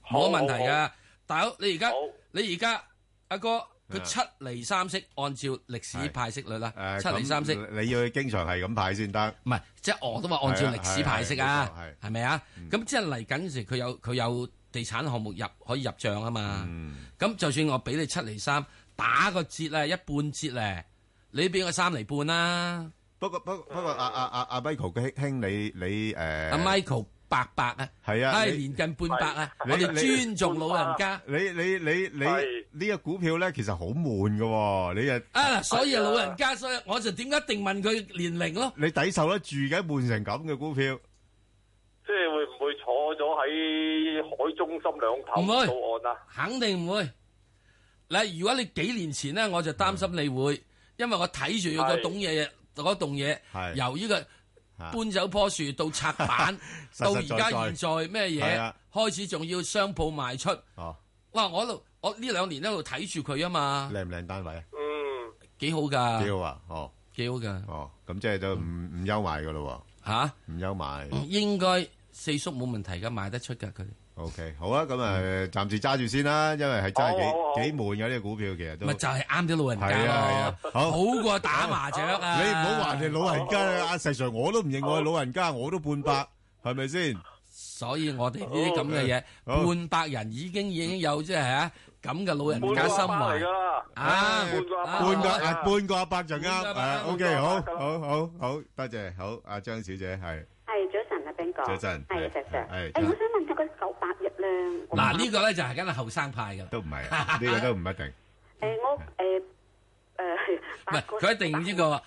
Speaker 11: 好
Speaker 2: 冇問題
Speaker 11: 好
Speaker 2: 噶。大佬，你而家你而家阿哥佢七厘三息，按照歷史
Speaker 1: 啊係
Speaker 2: 派息率啦，
Speaker 1: 誒
Speaker 2: 七厘三息。
Speaker 1: 咁你要經常係咁派先得。
Speaker 2: 唔係，即係我都話按照歷史派息啊
Speaker 1: 係啊係啊冇，
Speaker 2: 係咪啊？咁即係嚟緊時，佢有佢有地產項目入可以入帳啊嘛。
Speaker 1: 嗯
Speaker 2: 咁就算我俾你七厘三，打個折啊，一半折咧，你俾我三厘半啦。
Speaker 1: 不過不過不過，阿阿阿阿 Michael 嘅兄你你誒，
Speaker 2: 阿 Michael 伯伯啊，
Speaker 1: 係啊
Speaker 2: 唉
Speaker 1: 你
Speaker 2: 年近半百啊，
Speaker 1: 你
Speaker 2: 我哋
Speaker 1: 你
Speaker 2: 尊重老人家
Speaker 1: 你你你你呢個股票咧，其實好悶嘅喎，你啊
Speaker 2: 啊，嗱所以老人家，所以我就點解一定問佢年齡咯？
Speaker 1: 你抵受得住嘅，悶成咁嘅股票，
Speaker 11: 即係會唔會坐咗喺海中心兩頭
Speaker 2: 唔會
Speaker 11: 到岸啊？
Speaker 2: 肯定唔會。嗱，如果你幾年前咧，我就擔
Speaker 1: 嗯
Speaker 2: 心你會，因為我睇住佢嗰棟嘢，嗰棟嘢
Speaker 1: 係
Speaker 2: 由呢個搬走棵樹到拆
Speaker 1: *laughs*
Speaker 2: 板，
Speaker 1: 實
Speaker 2: 到
Speaker 1: 實啊
Speaker 2: 而
Speaker 1: 在
Speaker 2: 家
Speaker 1: 在
Speaker 2: 現在咩
Speaker 1: 係
Speaker 2: 嘢
Speaker 1: 啊
Speaker 2: 開始仲要商鋪賣出。
Speaker 1: 哦，
Speaker 2: 哇！我一路我呢兩年一路睇住佢啊嘛，
Speaker 1: 靚唔靚單位啊？
Speaker 11: 嗯，
Speaker 2: 幾好㗎，
Speaker 1: 幾好啊？哦，
Speaker 2: 幾好㗎。
Speaker 1: 哦，咁即係就唔唔憂賣嘅咯
Speaker 2: 喎，嚇
Speaker 1: 唔憂賣。
Speaker 2: 應該四叔冇問題㗎，賣得出㗎佢。
Speaker 1: OK，好啊，咁啊，暫時揸住先啦，因為係真係幾
Speaker 2: 好好好
Speaker 1: 幾悶嘅呢個股票，其實都
Speaker 2: 咪就係啱啲老人
Speaker 1: 係啊係
Speaker 2: 家
Speaker 1: 啊
Speaker 2: 咯，
Speaker 1: 好
Speaker 2: 好過打麻雀啊！
Speaker 1: 你唔好話人哋老人家啊，阿石 Sir，我都唔認我係老人家，我都半百，係咪先？
Speaker 2: 所以我哋呢啲咁嘅嘢，半百人已經已經有即係啊咁嘅老人家心
Speaker 11: 嚟
Speaker 2: 懷
Speaker 11: 噶啦，
Speaker 2: 啊，
Speaker 11: 半個
Speaker 2: 啊
Speaker 1: 半個啊，半個阿伯就啱
Speaker 11: 半個阿伯
Speaker 1: 啊。
Speaker 11: 半個
Speaker 1: OK，
Speaker 11: 阿
Speaker 1: 好
Speaker 11: 伯
Speaker 1: 好好好，多謝，好，阿張小姐係
Speaker 7: *laughs*
Speaker 13: 係早晨啊，Ben 哥。
Speaker 1: 早晨，
Speaker 13: 係
Speaker 1: 係
Speaker 13: 石 Sir。誒，
Speaker 1: 係
Speaker 13: 我想問下個九八一咧。我
Speaker 2: 嗱呢個咧就係梗係後生派㗎，
Speaker 1: 都唔係呢個都唔一定，
Speaker 13: 誒我誒
Speaker 7: ờ,
Speaker 13: 誒
Speaker 2: 唔係啊佢一定呢個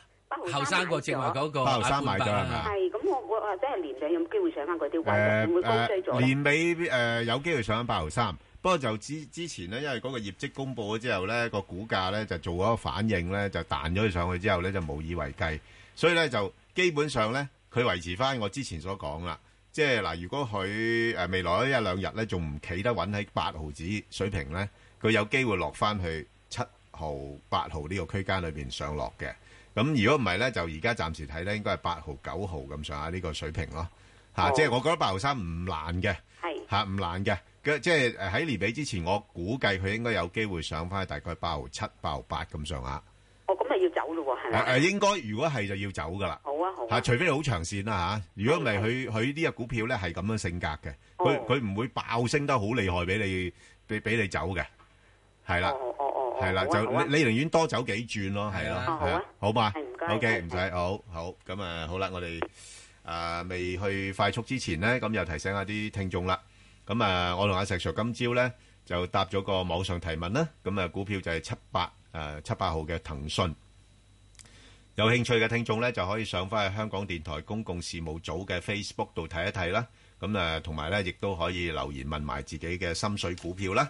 Speaker 2: 後生過正話嗰個
Speaker 1: 八號三買咗係咪啊
Speaker 13: 係咁，我我或者係年底有冇機會上翻嗰啲位？會唔會
Speaker 1: 誒
Speaker 13: 高追
Speaker 1: 誒
Speaker 13: 咗咧？
Speaker 1: 呃年尾誒有機會上八毫三。不過就之之前咧，因為嗰個業績公佈咗之後咧，個股價咧就做咗個反應咧，就彈咗佢上去之後咧，就無以為繼。所以咧就基本上咧，佢維持翻我之前所講啦，即係嗱，如果佢呃誒未來一兩日咧仲唔企得穩喺八毫子水平咧，佢有機會落翻去七號、八號呢個區間裏邊上落嘅。咁如果唔係咧，就而家暫時睇咧，應該係八號、九號咁上下呢個水平咯。嚇、
Speaker 13: 哦
Speaker 1: 即係我覺得八號三唔難嘅，嚇唔難嘅。嘅即係誒喺年尾之前，我估計佢應該有機會上翻去大概八號七、八號八咁上下。
Speaker 13: 哦，咁咪要走咯喎，係
Speaker 1: 誒
Speaker 13: 咪？
Speaker 1: 誒，應該如果係就要走噶啦。
Speaker 13: 好啊，好
Speaker 1: 嚇，
Speaker 13: 啊。
Speaker 1: 除非你好長線啦嚇，如果唔係佢佢呢只股票咧係咁樣性格嘅，
Speaker 13: 哦
Speaker 1: 佢佢唔會爆升得好厲害俾你俾俾你走嘅，係啦，係啦，
Speaker 13: 哦好啊
Speaker 1: 就
Speaker 13: 好啊
Speaker 1: 你你寧願多走幾轉咯，係
Speaker 13: 啊好
Speaker 1: 咯
Speaker 13: 啊
Speaker 1: 係啊，好嘛
Speaker 13: 係唔該
Speaker 1: ，OK
Speaker 13: 係
Speaker 1: 唔使，好好咁啊，好啦，我哋啊未去快速之前咧，咁又提醒下啲聽眾啦，咁啊，我同阿石 Sir 今朝咧就答咗個網上提問啦，咁啊股票就係七八誒七八號嘅騰訊。有興趣嘅聽眾呢，就可以上翻去香港電台公共事務組嘅 Facebook 度睇一睇啦。咁啊，同埋呢，亦都可以留言問埋自己嘅心水股票啦。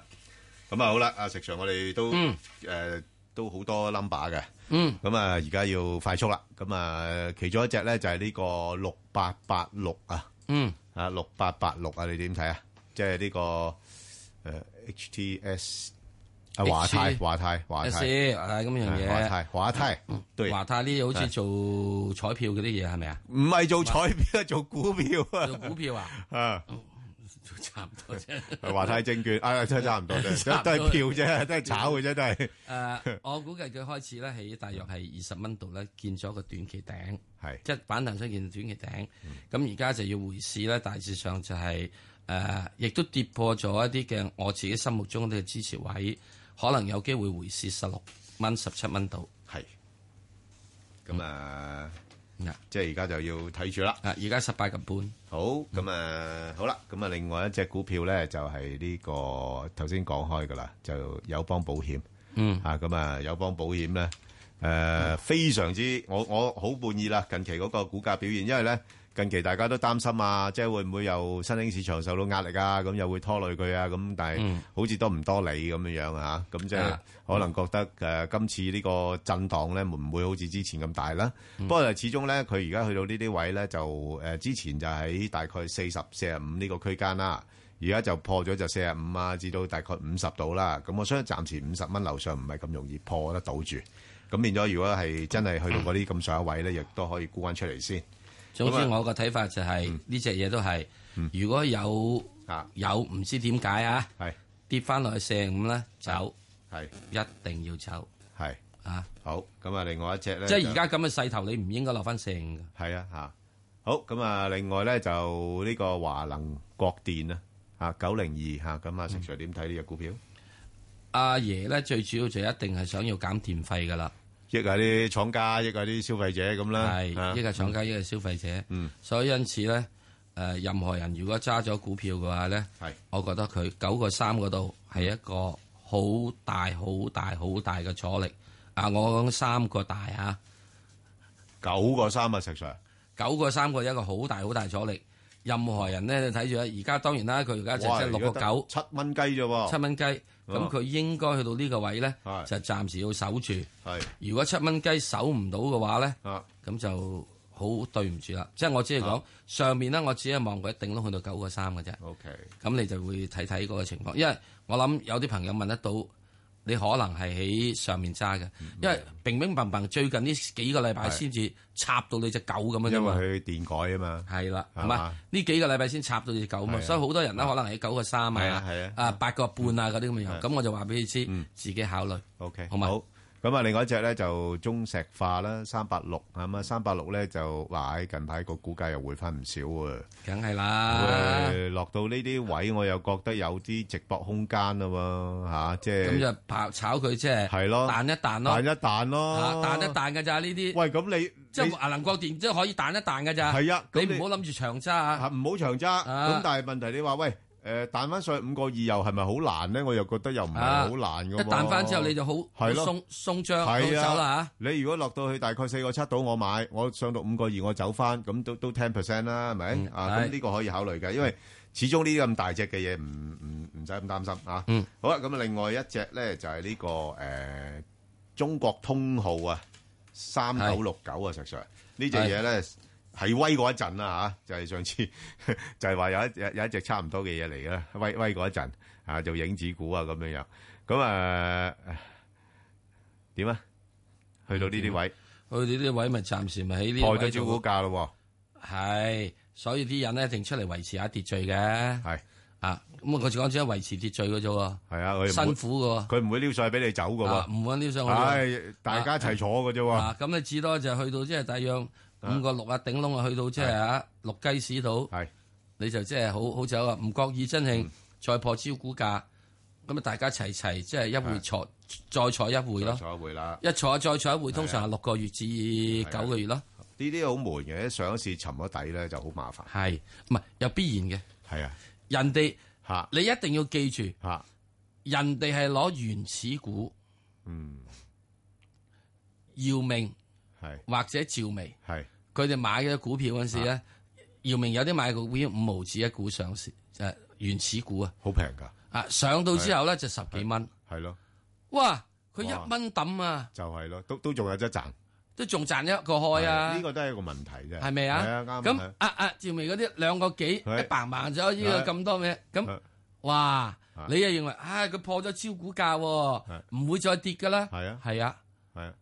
Speaker 1: 咁啊，好啦，阿石 Sir，我哋都誒、呃都好多 number 嘅。
Speaker 2: 嗯。
Speaker 1: 咁啊，而家要快速啦。咁啊，其中一隻呢，就係呢個六八八六啊。
Speaker 2: 嗯。
Speaker 1: 啊，六八八六啊，你點睇啊？即係呢個誒、呃 HTS 啊，華泰
Speaker 2: HT
Speaker 1: 華泰華泰
Speaker 2: S 啊咁樣嘢，嗯
Speaker 1: 華泰華泰嗯對
Speaker 2: 華泰呢啲好似
Speaker 1: 係
Speaker 2: 做彩票嗰啲嘢係咪啊？
Speaker 1: 唔係做彩票，做股票啊！
Speaker 2: 做股票啊？
Speaker 1: *laughs* 啊，
Speaker 2: 差唔多啫。
Speaker 1: 華泰證券啊，真係差唔多啫，
Speaker 2: *laughs* 差唔
Speaker 1: 都
Speaker 2: 多
Speaker 1: 係票啫，都係炒嘅啫，都係。
Speaker 2: 誒，我估計佢開始咧喺大約係二十蚊度咧，見咗個短期頂，
Speaker 1: 係
Speaker 2: 即係反彈出見短期頂。
Speaker 1: 嗯
Speaker 2: 咁而家就要回市咧，大致上就係誒，亦都跌破咗一啲嘅我自己心目中嘅支持位，可能有機會回市十六蚊、十七蚊度。
Speaker 1: 係。咁啊，即係而家就要睇住啦。
Speaker 2: 啊，而家十八個半。
Speaker 1: 好，咁啊，好啦，咁啊，另外一隻股票咧就係呢個頭先講開噶啦，就友邦保險。
Speaker 2: 嗯。
Speaker 1: 啊，咁啊，友邦保險咧，誒非常之，我我好滿意啦，近期嗰個股價表現，因為咧近期大家都擔心啊，即係會唔會又新興市場受到壓力啊，咁又會拖累佢啊，咁但係
Speaker 2: 嗯
Speaker 1: 好似多唔多理咁樣樣啊，咁即係
Speaker 2: 啊
Speaker 1: 可能覺得誒今次呢個震盪咧，唔會好似之前咁大啦。
Speaker 2: 嗯
Speaker 1: 不過始終咧，佢而家去到呢啲位咧，就誒之前就喺大概四十四十五呢個區間啦。而家就破咗就四十五啊，至到大概五十度啦。咁我相信暫時五十蚊樓上唔係咁容易破得到住。咁變咗，如果係真係去到嗰啲咁上下位咧，亦都可以沽翻出嚟先。
Speaker 2: 總之
Speaker 1: 咁啊嗯
Speaker 2: 我個睇法就係呢隻嘢都係，如果有
Speaker 1: 啊
Speaker 2: 有唔知點解啊，跌翻落去四五咧走，
Speaker 1: 係
Speaker 2: 一定要走，
Speaker 1: 係
Speaker 2: 啊
Speaker 1: 好咁啊，另外一隻咧，
Speaker 2: 即係而家咁嘅勢頭，你唔應該落翻四五嘅。
Speaker 1: 係啊嚇。好咁啊，另外咧就呢個華能國電啊，嚇九零二嚇。咁啊，石 Sir 點睇呢只股票？
Speaker 2: 阿爺咧最主要就一定係想要減電費噶啦，
Speaker 1: 益下啲廠家，益下啲消費者咁啦。啊嗯
Speaker 2: 係一個廠家一個消費者，所以因此咧，誒任何人如果揸咗股票嘅話咧，我覺得佢九個三嗰度係一個好大好大好大嘅阻力。啊，我講三個大啊。
Speaker 1: 九個三啊，石 Sir。
Speaker 2: 九個三個一個好大好大阻力。任何人咧，你睇住啊！而家當然啦，佢而家就
Speaker 1: 哇
Speaker 2: 即係六
Speaker 1: 而
Speaker 2: 個
Speaker 1: 家得
Speaker 2: 九，
Speaker 1: 七蚊雞啫喎
Speaker 2: 七蚊雞。
Speaker 1: 啊
Speaker 2: 咁佢應該去到呢個位咧，就暫時要守住。如果七蚊雞守唔到嘅話咧，咁就好對唔住啦。即係我只係
Speaker 1: 啊
Speaker 2: 講上面咧，我只係望佢頂窿去到九個三嘅啫。
Speaker 1: OK，
Speaker 2: 咁你就會睇睇嗰個情況，因為我諗有啲朋友問得到，你可能係喺上面揸嘅，
Speaker 1: 嗯
Speaker 2: 因為平平平平最近呢幾個禮拜
Speaker 1: 係
Speaker 2: 先至插到你只狗咁樣啫
Speaker 1: 因
Speaker 2: 嘛。
Speaker 1: 為佢電改啊嘛。
Speaker 2: 係啦，
Speaker 1: 係
Speaker 2: 係嘛
Speaker 1: 嘛？？
Speaker 2: 呢幾個禮拜先插到只狗
Speaker 1: 係
Speaker 2: 嘛，
Speaker 1: 啊
Speaker 2: 所以好多人咧可能喺九個三
Speaker 1: 係啊係
Speaker 2: 啊
Speaker 1: 啊，嗯
Speaker 2: 啊八個半啊嗰啲咁
Speaker 1: 係
Speaker 2: 樣，咁我就話俾你知，自己考慮。
Speaker 1: OK，
Speaker 2: 好嘛？
Speaker 1: 好。咁啊，另外一隻咧就中石化啦，三八六咁啊，三八六咧就哇，喺近排個股價又回翻唔少啊。
Speaker 2: 梗係啦，
Speaker 1: 誒落到呢啲位，我又覺得有啲直播空間啊喎，嚇，即係
Speaker 2: 咁就爆炒佢即係
Speaker 1: 係咯，
Speaker 2: 彈一彈咯
Speaker 1: 彈一彈咯，
Speaker 2: 嚇啊彈一彈嘅咋呢啲？
Speaker 1: 哦喂，咁你
Speaker 2: 即係華能國電即係可以彈一彈嘅咋？
Speaker 1: 係啊咁
Speaker 2: 你
Speaker 1: 你
Speaker 2: 唔好諗住長揸啊！
Speaker 1: 唔好長揸，咁
Speaker 2: 啊
Speaker 1: 但係問題你話喂，誒彈翻上去五個二又係咪好難咧？我又覺得又唔係
Speaker 2: 啊
Speaker 1: 好難嘅
Speaker 2: 一彈翻之後你就好
Speaker 1: 係咯
Speaker 2: 好鬆鬆張
Speaker 1: 係啊
Speaker 2: 好走啦
Speaker 1: 你如果落到去大概四個七度，我買，我上到五個二，我走翻，咁都都 ten percent 啦，係咪？啊，咁
Speaker 2: 係
Speaker 1: 呢個可以考慮嘅，因為始終呢啲咁大隻嘅嘢，唔唔唔使咁擔心啊。
Speaker 2: 嗯
Speaker 1: 好啦，咁啊，另外一隻咧就係呢個誒中國通號啊，三九六九啊，石 Sir 呢隻嘢咧。係威嗰一陣啦嚇，就係上次 *laughs* 就係話有一有有一隻差唔多嘅嘢嚟嘅啦，威威嗰一陣啊，做影子股啊咁樣樣，咁啊點啊？去到呢啲位，
Speaker 2: 去到呢啲位咪暫時咪喺嗯呢
Speaker 1: 抬
Speaker 2: 啲
Speaker 1: 咗
Speaker 2: 位
Speaker 1: 招股價咯。
Speaker 2: 係，所以啲人咧一定出嚟維持下秩序嘅。
Speaker 1: 係
Speaker 2: 啊，咁我只講只係維持秩序嘅啫喎。
Speaker 1: 係啊，佢唔會
Speaker 2: 辛苦嘅喎。
Speaker 1: 佢唔會撩上去俾你走嘅
Speaker 2: 啊
Speaker 1: 喎，
Speaker 2: 唔會撩上去
Speaker 1: 唉，大家一齊坐嘅啫喎
Speaker 2: 啊，。咁你至多就去到即係大約五個六啊，頂窿啊，去到即係啊六雞屎度，你就即係好好走啊！唔覺意真係再破招股價，咁啊大家齊齊即係一會坐，再坐一會咯，
Speaker 1: 坐一會啦，
Speaker 2: 一坐再坐一會，通常係六啊個月至九個月咯。
Speaker 1: 呢啲好悶嘅，上一次沉咗底咧就好麻煩。
Speaker 2: 係，唔係有必然嘅。
Speaker 1: 係啊，
Speaker 2: 人哋
Speaker 1: 嚇
Speaker 2: 你一定要記住
Speaker 1: 嚇，
Speaker 2: 人哋係攞原始股，
Speaker 1: 嗯，
Speaker 2: 姚明
Speaker 1: 係
Speaker 2: 或者趙薇
Speaker 1: 係
Speaker 2: 佢哋買嘅股票嗰陣時咧，姚明有啲買個股票五毫子一股上市，誒原始股啊，
Speaker 1: 好平㗎。
Speaker 2: 啊上到之後咧就十幾蚊，
Speaker 1: 係咯，
Speaker 2: 哇！佢一蚊抌啊，
Speaker 1: 就係咯，都都仲有得賺。
Speaker 2: 都仲賺一個開啊！
Speaker 1: 呢個都係一個問題啫。
Speaker 2: 係咪
Speaker 1: 係
Speaker 2: 啊
Speaker 1: 啊，？啱
Speaker 2: 咁
Speaker 1: 啊
Speaker 2: 啊啊，趙薇嗰啲兩個幾
Speaker 1: 係
Speaker 2: 一棒棒咗呢個咁多咩？咁哇，你又認為啊佢破咗招股價喎，唔會再跌㗎啦？
Speaker 1: 係啊，
Speaker 2: 係啊，
Speaker 1: 係啊，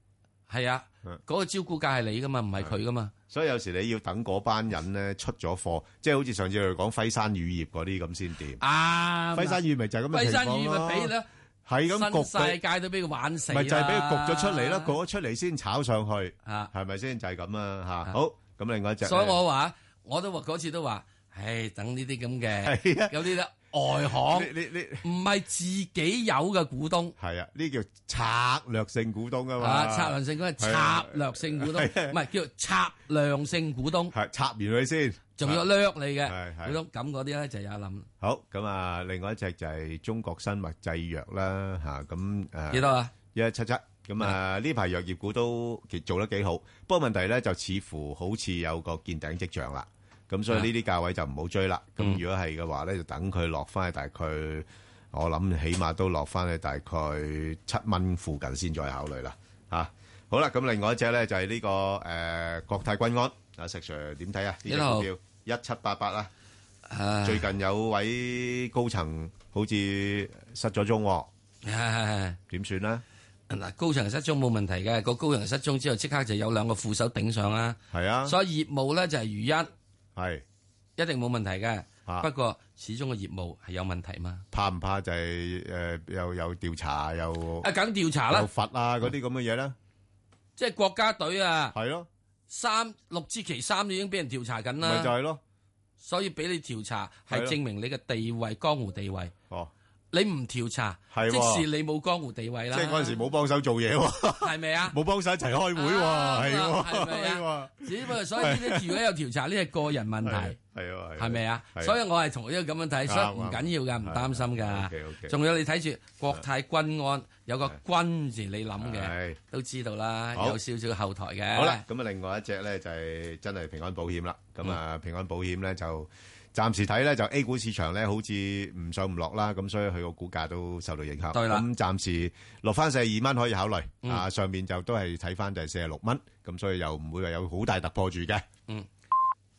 Speaker 2: 係啊，
Speaker 1: 嗯
Speaker 2: 嗰個招股價係你㗎嘛，唔係佢㗎嘛。
Speaker 1: 所以有時你要等嗰班人咧出咗貨，即係好似上次佢講輝山乳業嗰啲咁先掂。
Speaker 2: 啊，
Speaker 1: 輝山乳咪就係咁嘅
Speaker 2: 輝
Speaker 1: 情況
Speaker 2: 山魚咪俾
Speaker 1: 咯
Speaker 2: 啦，
Speaker 1: 係咁焗
Speaker 2: 新世
Speaker 1: 佢，
Speaker 2: 界都俾佢玩死啦，
Speaker 1: 咪就係俾佢焗咗出嚟啦，焗咗出嚟先炒上去，係咪先？就係咁啊嚇。好，咁另外一隻呢，
Speaker 2: 所以我話，我都話嗰次都話，唉，等呢啲咁嘅，有啲咧外行，唔係自己有嘅股東，
Speaker 1: 係啊，呢叫策略性股東啊嘛。
Speaker 2: 啊，策略性股係
Speaker 1: 係啊
Speaker 2: 策略性股東，
Speaker 1: 係啊
Speaker 2: 唔係叫策略性股東，
Speaker 1: 係插完佢先，
Speaker 2: 仲有掠你嘅
Speaker 1: 係係
Speaker 2: 股東，咁嗰啲咧就有得諗。
Speaker 1: 好，咁啊，另外一隻就係中國生物製藥啦，吓咁诶，
Speaker 2: 幾多啊？
Speaker 1: 一七七。咁啊，呢排藥業股都其做得幾好，不過問題咧就似乎好似有個見頂跡象啦。咁所以呢啲價位就唔好追啦。咁
Speaker 2: 嗯
Speaker 1: 如果係嘅話咧，就等佢落翻去大概，我諗起碼都落翻去大概七蚊附近先再考慮啦。吓、好啦，咁另外一隻咧就係呢、個诶、呃國泰君安啊，石 Sir 點睇啊？呢只
Speaker 2: 一號
Speaker 1: 股票一七八八啦。
Speaker 2: 啊
Speaker 1: 最近有位高層好似失咗蹤喎，點算咧？
Speaker 2: 嗱，高層失蹤冇問題嘅，個高層失蹤之後即刻就有兩個副手頂上啦。
Speaker 1: 係啊，
Speaker 2: 所以業務咧就係如一，
Speaker 1: 係
Speaker 2: 一定冇問題
Speaker 1: 啊
Speaker 2: 嘅。不過始終個業務係有問題嘛。
Speaker 1: 怕唔怕就係誒又有調查又
Speaker 2: 啊，梗調查啦
Speaker 1: 又，罰啊嗰啲咁嘅嘢咧？
Speaker 2: 即係國家隊啊，
Speaker 1: 係咯，
Speaker 2: 三六支旗三已經俾人調查緊啦，
Speaker 1: 咪就係咯，
Speaker 2: 所以俾你調查係
Speaker 1: 係咯
Speaker 2: 證明你嘅地位江湖地位。
Speaker 1: 哦，
Speaker 2: 你唔調查，
Speaker 1: 係
Speaker 2: 即
Speaker 1: 喎
Speaker 2: 使你冇江湖地位
Speaker 1: 即
Speaker 2: 啦。
Speaker 1: 係嗰陣時冇幫手做嘢
Speaker 2: *laughs*
Speaker 1: 喎，
Speaker 2: 係
Speaker 1: *laughs*
Speaker 2: 咪啊？
Speaker 1: 冇幫手一齊開會
Speaker 2: 啊
Speaker 1: 喎，係喎，
Speaker 2: 係咪啊？只不過所以呢啲如果有調查，呢係個人問題。
Speaker 1: 係啊，
Speaker 2: 係咪啊？
Speaker 1: 係
Speaker 2: 所以我係同呢個咁樣睇，
Speaker 1: 啱啊
Speaker 2: 所以唔緊要㗎，唔擔心
Speaker 1: 啱
Speaker 2: 㗎
Speaker 1: OK，OK。
Speaker 2: 仲有你睇住國泰君安有個君字，你諗嘅都知道啦，
Speaker 1: 好
Speaker 2: 有少少後台嘅。
Speaker 1: 好啦，，咁啊，另外一隻咧就係真係平安保險啦。咁啊，平安保險咧就暫時睇咧就 A 股市場咧好似唔上唔落啦，咁所以佢個股價都受到影響。
Speaker 2: 對啦
Speaker 1: 咁暫時落翻四二蚊可以考慮
Speaker 2: 嗯
Speaker 1: 啊，上面就都係睇翻就係四十六蚊，咁所以又唔會話有好大突破住嘅。
Speaker 2: 嗯，